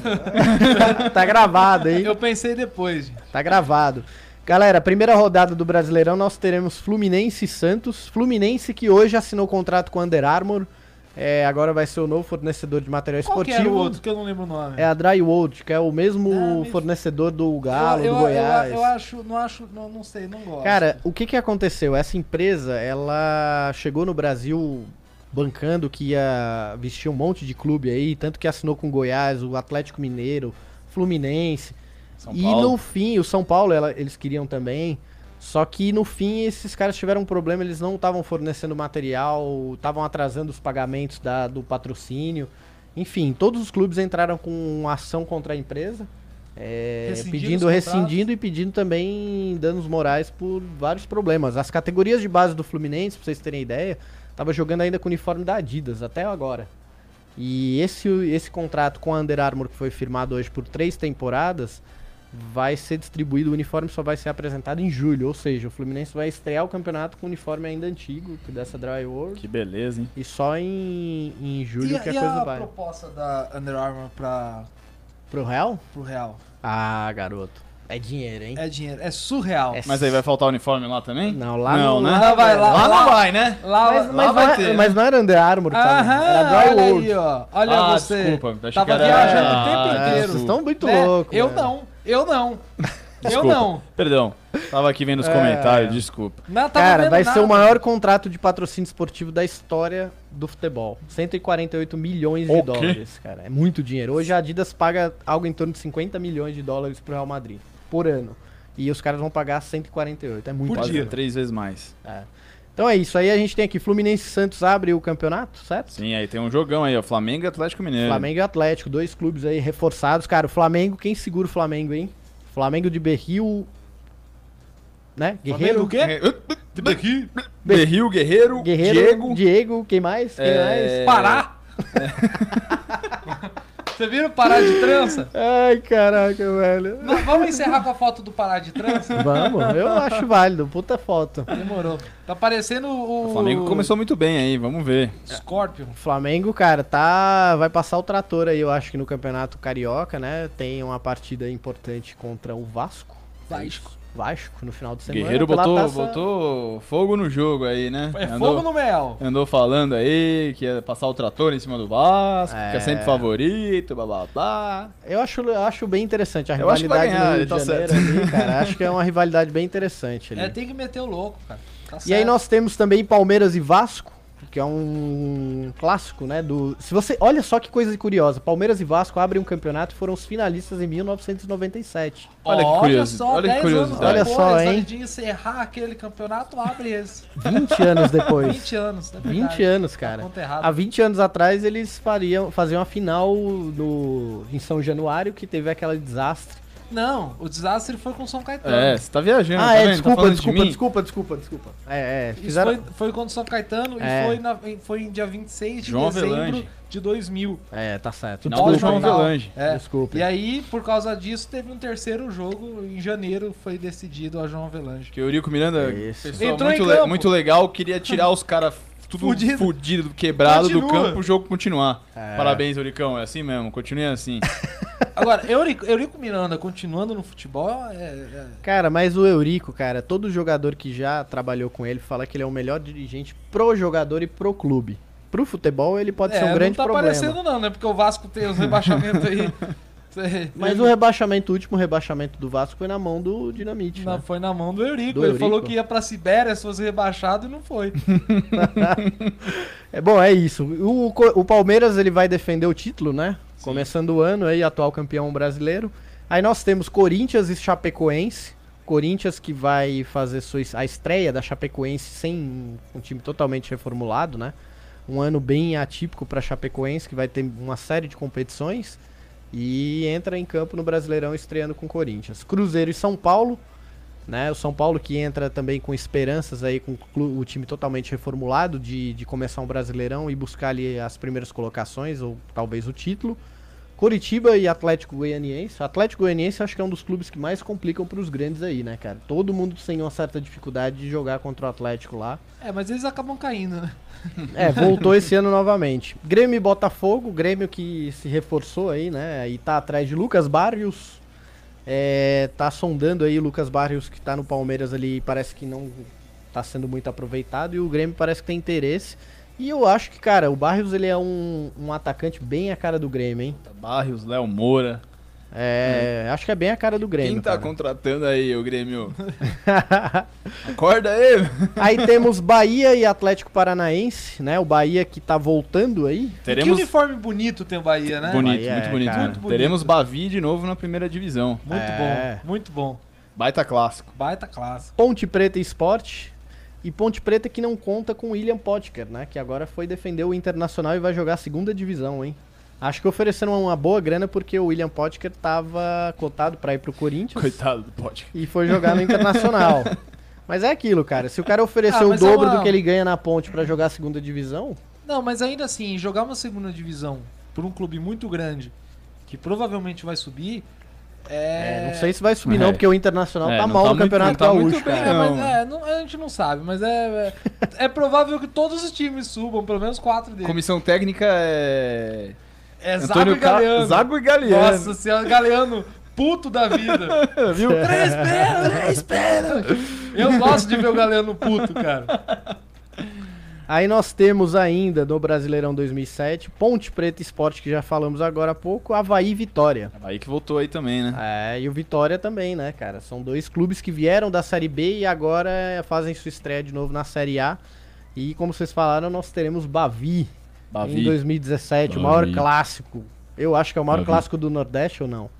A: tá gravado, hein?
C: Eu pensei depois, gente.
A: Tá gravado. Galera, primeira rodada do Brasileirão, nós teremos Fluminense e Santos. Fluminense que hoje assinou contrato com a Under Armour. É, agora vai ser o novo fornecedor de material
C: Qual que era
A: esportivo.
C: o outro que eu não lembro o nome?
A: É a Drywold, que é o mesmo
C: Ah, mas-
A: fornecedor do Galo,
C: eu,
A: do
C: eu-
A: Goiás.
C: Eu, eu acho, não acho, não, não sei, não gosto.
A: Cara, o que que aconteceu? Essa empresa, ela chegou no Brasil bancando que ia vestir um monte de clube aí, tanto que assinou com o Goiás, o Atlético Mineiro, Fluminense.
B: São
A: e
B: Paulo.
A: no fim, o São Paulo, ela- eles queriam também. Só que no fim esses caras tiveram um problema, eles não estavam fornecendo material, estavam atrasando os pagamentos da- do patrocínio. Enfim, todos os clubes entraram com uma ação contra a empresa, é,
C: Rescindindo
A: pedindo,
C: os
A: rescindindo e pedindo também danos morais por vários problemas. As categorias de base do Fluminense, pra vocês terem ideia, tava jogando ainda com o uniforme da Adidas, até agora. E esse, esse contrato com a Under Armour que foi firmado hoje por três temporadas vai ser distribuído, o uniforme só vai ser apresentado em julho, ou seja, o Fluminense vai estrear o campeonato com o uniforme ainda antigo, que dessa Dry World,
B: Que beleza, hein?
A: e só em, em julho
C: e
A: que
C: e
A: a coisa
C: a
A: vai.
C: proposta da Under Armour pra,
A: Pro Real?
C: pro Real?
A: Ah, garoto, é dinheiro, hein?
C: É dinheiro, é surreal.
A: É
B: Mas aí vai faltar o uniforme lá também?
A: Não, lá
B: não,
A: não-
B: né?
C: lá vai, lá-
B: lá,
C: lá-
B: não vai, né?
C: Lá,
A: Mas,
B: lá
A: mas
B: vai
A: não é-
B: ter, né?
A: mas não era Under Armour, cara.
C: Aham,
A: era Dry
C: olha
A: World.
C: aí, ó. Olha
B: ah,
C: você.
B: desculpa. achei
C: Tava
B: que era-
C: viajando o
B: Ah,
C: tempo
B: é,
C: inteiro.
A: Vocês estão muito
C: Né?
A: loucos.
C: Eu
A: mano.
C: não,
B: [laughs]
C: eu não. Eu
B: desculpa.
C: não.
B: Perdão. Tava aqui vendo os
A: É.
B: comentários, desculpa.
C: não tava
A: Cara,
C: vendo
A: vai
C: nada.
A: ser o maior contrato de patrocínio esportivo da história do futebol. 148 milhões de
B: O quê?
A: dólares, cara. É muito dinheiro. Hoje a Adidas paga algo em torno de 50 milhões de dólares pro Real Madrid por ano. E os caras vão pagar 148. É muito
B: Por
A: dinheiro.
B: dia. Três vezes mais.
A: Então é isso. Aí a gente tem aqui Fluminense e Santos abre o campeonato, certo?
B: Sim, aí tem um jogão aí, ó. Flamengo e Atlético Mineiro.
A: Flamengo e Atlético, dois clubes aí reforçados. Cara, o Flamengo, quem segura o Flamengo, hein? Flamengo de Berril. Né? Guerreiro?
C: Flamengo quê?
B: Berril, Berril, Guerreiro,
A: Guerreiro,
B: Diego.
A: Diego, quem mais? Quem mais?
B: É, [laughs]
C: Pará? Você viram Pará de trança?
A: Ai, caraca, velho.
C: Não, vamos encerrar com a foto do Pará de trança?
A: Vamos, eu acho válido, puta foto.
C: Demorou. Tá parecendo o.
B: O Flamengo começou muito bem aí, vamos ver.
C: Scorpion.
A: O Flamengo, cara, tá vai passar o trator aí, eu acho que no Campeonato Carioca, né? Tem uma partida importante contra o Vasco. É
C: Vasco.
A: Vasco no final de semana.
B: Guerreiro
A: pela
B: botou,
A: taça-
B: botou fogo no jogo aí, né?
C: É
B: Andou-
C: fogo no mel.
B: Andou falando aí que ia passar o trator em cima do Vasco,
A: É.
B: que é sempre favorito, blá blá blá.
A: Eu acho, eu acho bem interessante a
B: Eu acho que vai
A: rivalidade
B: ganhar,
A: no Rio
B: ele tá
A: de Janeiro
B: certo.
A: ali, cara. Acho que é uma rivalidade bem interessante
B: [laughs]
A: ali.
C: É, tem que meter o louco, cara. Tá
A: E aí
C: certo.
A: nós temos também Palmeiras e Vasco, que é um clássico, né? Do... Se você. Olha só que coisa curiosa. Palmeiras e Vasco abrem um campeonato e foram os finalistas em 1997.
B: Olha que curioso.
C: só,
B: Olha que
C: 10
B: curiosidade.
A: Olha
C: Anos depois,
A: só, hein?
C: antes de encerrar aquele campeonato,
A: [laughs]
C: abre esse.
A: 20 anos depois.
C: 20 anos, né?
A: 20 anos, cara.
C: Conta
A: Há
C: tá errado.
A: 20 anos atrás eles fariam, faziam a final no, em São Januário, que teve aquele desastre.
C: Não, o desastre foi com São Caetano.
B: É, você tá viajando,
A: Ah,
B: tá
A: é,
B: vendo? tá
A: desculpa,
B: falando de
A: desculpa,
B: mim?
A: desculpa, desculpa, desculpa. É, é,
C: Isso
A: fizeram...
C: foi, foi contra o São Caetano
A: É.
C: e foi, na- em- foi em dia 26 de
B: João
C: dezembro
B: Avelange.
C: de 2000.
A: É, tá certo.
B: Final do
A: Desculpa,
B: João
A: hein.
C: Final.
B: Avelange.
C: É.
A: Desculpa.
C: E aí, por causa disso, teve um terceiro jogo em janeiro, foi decidido a João Avelange.
B: Que o Eurico Miranda, é
A: Isso.
B: pessoa
C: Entrou em
B: muito, le-
C: campo.
B: muito legal, queria tirar os caras tudo
C: Fudido.
B: fudido, quebrado do
C: Continua.
B: campo, o jogo continuar.
A: É.
B: Parabéns, Euricão, é assim mesmo, continue assim.
C: Agora, Eurico, Eurico Miranda continuando no futebol é- é-
A: Cara, mas o Eurico, cara, todo jogador que já trabalhou com ele fala que ele é o melhor dirigente pro jogador e pro clube. Pro futebol ele pode ser um
C: não
A: grande
C: tá
A: problema.
C: aparecendo não, né? Porque o Vasco tem os
A: [laughs]
C: rebaixamentos aí. Cê-
A: Mas o rebaixamento, o último rebaixamento do Vasco foi na mão do Dinamite,
C: Na-
A: né?
C: foi na mão do Eurico.
A: Do
C: ele
A: Eurico.
C: falou que ia pra Sibéria se fosse rebaixado e não
A: [laughs]
C: foi.
A: É bom, é isso. O, co- o Palmeiras ele vai defender o título, né? Começando o ano aí, atual campeão brasileiro. Aí nós temos Corinthians e Chapecoense. Corinthians que vai fazer sua, es- a estreia da Chapecoense sem um time totalmente reformulado, né? Um ano bem atípico para Chapecoense, que vai ter uma série de competições. E entra em campo no Brasileirão estreando com Corinthians. Cruzeiro e São Paulo. né? O São Paulo que entra também com esperanças aí, com o clu- o time totalmente reformulado de, de começar um brasileirão e buscar ali as primeiras colocações, ou talvez o título. Coritiba e Atlético Goianiense. Atlético Goianiense eu acho que é um dos clubes que mais complicam para os grandes aí, né, cara? Todo mundo tem uma certa dificuldade de jogar contra o Atlético lá.
C: É, mas eles acabam caindo, né?
A: É, voltou esse ano novamente. Grêmio e Botafogo, Grêmio que se reforçou aí, né? E tá atrás de Lucas Barrios. É, tá sondando aí o Lucas Barrios que tá no Palmeiras ali, parece que não tá sendo muito aproveitado e o Grêmio parece que tem interesse. E eu acho que, cara, o Barrios ele é um, um atacante bem a cara do Grêmio, hein?
B: Tá, Barrios, Léo Moura.
A: É, acho que é bem a cara do Grêmio.
B: Hum. Quem tá
A: cara.
B: contratando aí, o Grêmio? Acorda aí!
A: [laughs] Aí temos Bahia e Atlético Paranaense, né? O Bahia que tá voltando aí.
C: Que
B: [laughs] Teremos
C: uniforme bonito tem o Bahia, né?
B: Bonito,
A: Bahia,
B: muito
A: é,
B: bonito,
A: cara.
B: né?
C: Muito
B: Teremos
C: bonito.
B: Bavi de novo na primeira divisão.
C: Muito
A: É.
C: bom, muito bom.
B: Baita clássico.
C: Baita clássico.
A: Ponte Preta e Sport. E Ponte Preta que não conta com William Potker, né? Que agora foi defender o Internacional e vai jogar a segunda divisão, hein? Acho que ofereceram uma boa grana porque o William Potker tava cotado pra ir pro Corinthians
B: Coitado do Potker.
A: e foi jogar no
B: [laughs]
A: Internacional. Mas é aquilo, cara. Se o cara oferecer
C: Ah,
A: o
C: mas é
A: dobro
C: uma-
A: do que ele ganha na Ponte pra jogar a segunda divisão,
C: Não, mas ainda assim, jogar uma segunda divisão por um clube muito grande, que provavelmente vai subir,
A: É, não sei se vai subir, não, porque o Internacional tá mal no Campeonato
B: É, tá muito
A: Gaúcho,
B: bem,
A: cara.
C: É, mas,
B: não.
C: é, não- a gente não sabe, mas é, é, é provável que todos os times subam, pelo menos quatro deles.
B: Comissão técnica é.
C: É Zago e
B: Antônio Ca-
C: Galeano.
B: Zago e Galeano.
C: Nossa senhora, Galeano, puto
B: [laughs]
C: da vida.
B: viu?
C: Três pênaltis, três pênaltis. Eu gosto de ver o Galeano puto, cara.
A: Aí nós temos ainda, no Brasileirão 2007, Ponte Preta Esporte, que já falamos agora há pouco, Havaí e Vitória.
B: Aí É que voltou aí também,
C: Ah,
B: né?
A: É, e o Vitória também, né, cara? São dois clubes que vieram da Série B e agora eh, fazem sua estreia de novo na Série A. E como vocês falaram, nós teremos Bavi,
C: um,
A: em
B: Bavi.
A: 2017, o maior
B: Bavi.
A: clássico. Eu acho que é o maior
B: Bavi.
A: clássico do Nordeste ou não?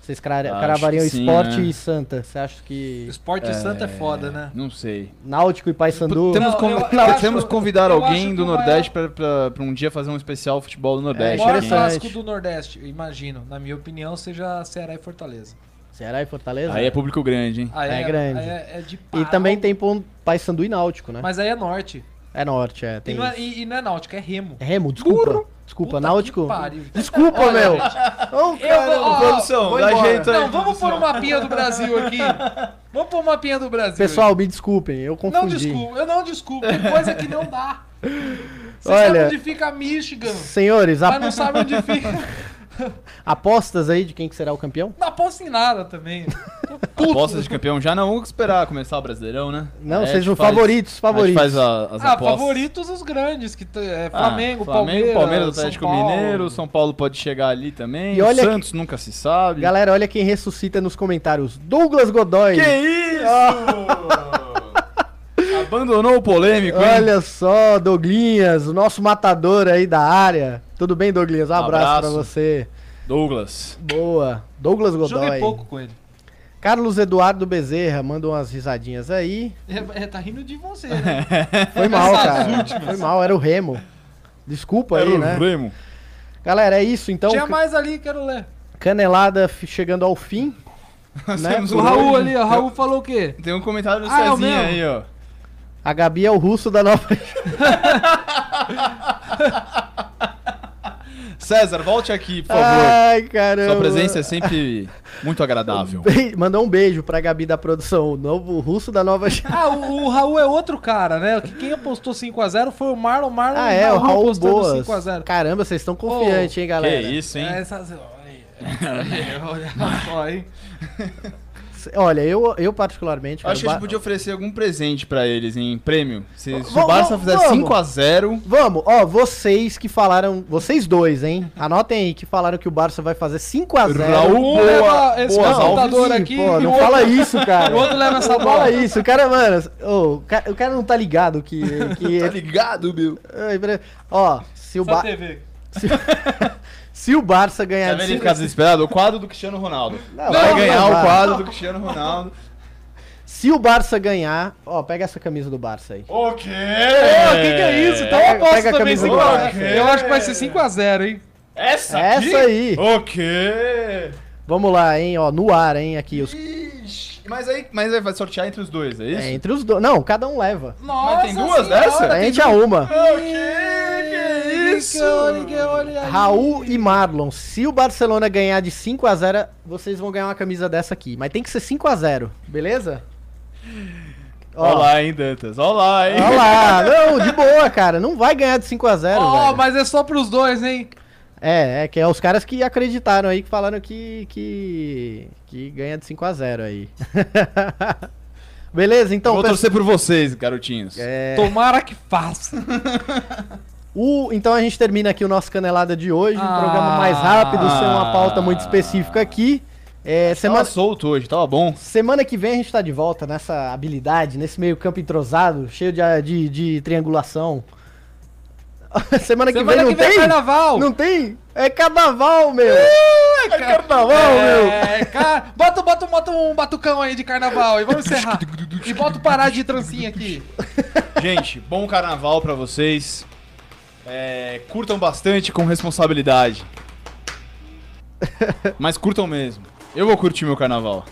A: Vocês cra-
B: Acho
A: cravariam
B: que sim,
A: Esporte
B: né?
A: e Santa. Você acha que
C: Esporte Santo é foda, né?
B: Não sei.
A: Náutico e Paysandu...
B: Temos,
C: Não,
B: con- [laughs]
C: eu- eu
B: temos
C: acho-
B: que convidar
C: eu acho
B: alguém
C: que
B: do
C: o maior-
B: Nordeste pra, pra- pra um dia fazer um especial futebol
A: É,
B: do
C: É, o
B: Nordeste.
C: maior
B: hein?
A: interessante.
C: clássico do Nordeste, eu imagino. Na minha opinião, seja Ceará e Fortaleza.
A: Ceará e Fortaleza?
B: Aí é público grande, hein?
A: É
C: Aí
A: grande.
C: aí é, é de pau,
A: E também tem Pon- Paysandu e Náutico, né?
C: Mas aí é norte.
A: É norte, é.
C: E
A: Tem
C: não é,
A: isso.
C: e- e não é náutico, é remo.
A: É Remo, desculpa. Desculpa,
C: Puta que
A: Náutico.
C: pariu.
A: Desculpa,
C: Olha,
A: meu.
C: gente,
A: Ô,
C: Eu vou, ó,
B: produção,
A: vou
B: dá
A: embora.
B: jeito aí.
C: Não, vamos pôr um mapinha do Brasil
B: [laughs]
C: aqui. Vamos pôr um mapinha do Brasil.
A: Pessoal, me desculpem, eu
C: aqui. não
A: confundi.
C: desculpa, eu não desculpo. Tem coisa que não dá. Você
A: Olha-
C: sabe onde fica Michigan,
A: Senhores, a-
C: mas não sabe
A: [laughs]
C: onde fica.
A: apostas aí de quem que será o campeão?
C: Não aposta em nada
A: [laughs]
C: também.
B: Apostas de campeão já não vamos esperar começar o Brasileirão, né?
A: Não,
B: Aí a
A: vocês
B: gente
A: vão
B: faz-
A: favoritos, favoritos.
B: A gente faz a- as
C: Ah,
B: apostas.
C: favoritos os grandes, que t- é
B: Ah, Flamengo,
C: Flamengo, Palmeiras,
B: Palmeiras,
C: São
B: Atlético
C: Paulo.
B: Mineiro, São Paulo pode chegar ali também.
A: E olha
B: Santos nunca se sabe.
A: Galera, olha quem ressuscita nos comentários. Douglas Godoy.
B: Que isso! [laughs] Abandonou o polêmico, hein?
A: Olha só, Douglinhas, o nosso matador aí da área. Tudo bem, Douglinhas? Um abraço,
B: Abraço.
A: pra você.
B: Douglas.
A: Boa. Douglas Godoy.
C: Joguei pouco com ele.
A: Carlos Eduardo Bezerra manda umas risadinhas aí.
C: É, é, tá rindo de você, né? [laughs]
A: Foi mal,
C: Essas
A: cara. Foi mal, era o Remo. Desculpa aí, né?
B: Remo.
A: Galera, é isso então.
C: Tinha
A: Ca-
C: mais ali, quero ler.
A: Canelada fi- chegando ao fim.
B: [laughs] Nós
A: Né?
B: temos
C: O
B: um
C: Raul
B: Raul
C: ali, ó. Raul falou o quê?
B: Tem um comentário do
C: Ah, é o
B: Cezinha
C: meu?
B: aí, ó.
A: A Gabi é o russo da nova.
B: César, volte aqui, por favor.
A: Ai, caramba.
B: Sua presença é sempre muito agradável.
A: Be- Mandou um beijo pra Gabi da produção, o novo russo da nova. geração.
C: Ah, o, o Raul é outro cara, né? Que Quem apostou 5x0 foi o Marlon. Marlon
A: Ah, é, o
C: Marlon
A: Raul
C: apostando
A: Boas.
C: 5x0.
A: Caramba, vocês estão confiantes, hein, galera?
B: Que isso, hein?
C: É, [laughs] essas- olha, olha só, hein?
A: C- Olha, eu, eu particularmente.
B: Acho que a
A: cara,
B: gente podia oferecer algum presente pra eles em prêmio. Se, se
A: Vamos,
B: o Barça fizer
A: vamos.
B: 5x0,
A: Vamos, ó, vocês que falaram. Vocês dois, hein? Anotem aí que falaram que o Barça vai fazer 5x0.
B: Raul
C: Um
B: Boa-
C: leva esse
B: Boas
C: computador
A: Ih,
C: aqui
A: pô,
C: e o
A: não
C: outro-
A: fala isso, [laughs] cara.
C: o outro leva essa
A: Não Fala
C: bola.
A: isso, o cara, mano. ô, o, cara, o cara não tá ligado que. [laughs] que
B: tá ligado, meu?
A: Ai, peraí. Ó, se o,
C: Só
A: Ba-
C: TV.
A: se o [laughs] Barça
B: Tá
A: ganhar
B: vendo
A: de
B: ele
A: cinco-
B: ficar desesperado? O quadro do Cristiano Ronaldo.
A: é assim. Não,
B: vai
A: não,
B: ganhar
A: não
B: o
A: vai.
B: quadro do Cristiano Ronaldo.
A: Se o Barça ganhar. Ó, pega essa camisa do Barça aí.
B: O quê?
C: Ô, que que é isso? Então eu
A: Pega-
C: aposto
A: pega a
C: também né?
A: camisa
C: 5x0.
B: do Barça.
C: Eu acho que vai ser 5x0, hein?
B: Essa aqui?
A: É Essa aí.
B: O quê?
A: Vamos lá, hein? Ó, no ar, hein? Aqui os.
B: Ixi, mas aí mas aí vai sortear entre os dois, é isso?
A: É, entre os dois. Não, cada um leva.
C: Nossa
B: tem duas
C: Senhora!
B: dessa?
A: A gente a uma.
B: O quê? Que é isso?
C: Olha, que olha aí.
A: Raul e Marlon, se o Barcelona ganhar de 5 a 0 vocês vão ganhar uma camisa dessa aqui. Mas tem que ser 5 a 0 beleza?
B: Olha
A: Ó,
B: lá, hein, Dantas. Olha lá, hein?
A: ó lá. Não, de boa, cara. Não vai ganhar de 5 a 0
C: Ó,
A: velho.
C: mas é só pros dois, hein?
A: É, é que é os caras que acreditaram aí, que falaram que, que, que ganha de 5 a 0 aí. [laughs] Beleza, então,
B: Vou
A: pe-
B: torcer por vocês, garotinhos.
A: é,
C: Tomara que faça.
A: o, então a gente termina aqui o nosso Canelada de hoje, um
C: Ah.
A: programa mais rápido, sem uma pauta muito específica aqui. É,
B: Tava
A: semana,
B: solto hoje, tava bom.
A: semana que vem a gente tá de volta nessa habilidade, nesse meio campo entrosado, cheio de, de, de triangulação. [laughs] semana que
C: Semana
A: vem não
C: que vem é
A: tem?
C: carnaval.
A: Não tem? É carnaval, meu!
C: É
A: carnaval,
C: É, cara, bota, bota, bota um batucão aí de carnaval e vamos encerrar. E bota o parar de trancinha aqui.
B: Gente, bom carnaval pra vocês. É, curtam bastante com responsabilidade. Mas curtam mesmo. Eu vou curtir meu carnaval.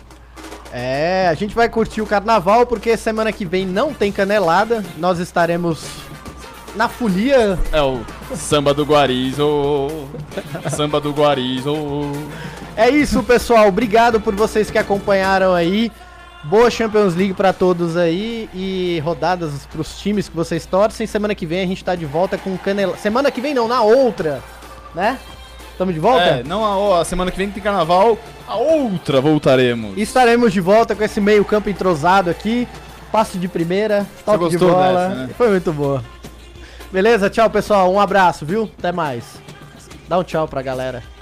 A: É, a gente vai curtir o carnaval porque semana que vem não tem canelada. Nós estaremos na folia.
B: É o samba do Guarizo. Samba do Guarizo.
A: É isso, pessoal. Obrigado por vocês que acompanharam aí. Boa Champions League pra todos aí e rodadas pros times que vocês torcem. Semana que vem a gente tá de volta com Canelada. Semana que vem não, na outra, né? Tamo de volta?
B: É, não a, a semana que vem que tem carnaval, a outra voltaremos.
A: E Estaremos de volta com esse meio campo entrosado aqui. Passo de primeira, toque de
B: gostou
A: bola.
B: dessa, né?
A: Foi muito boa. Beleza? Tchau, pessoal. Um abraço, viu? Até mais. Dá um tchau pra galera.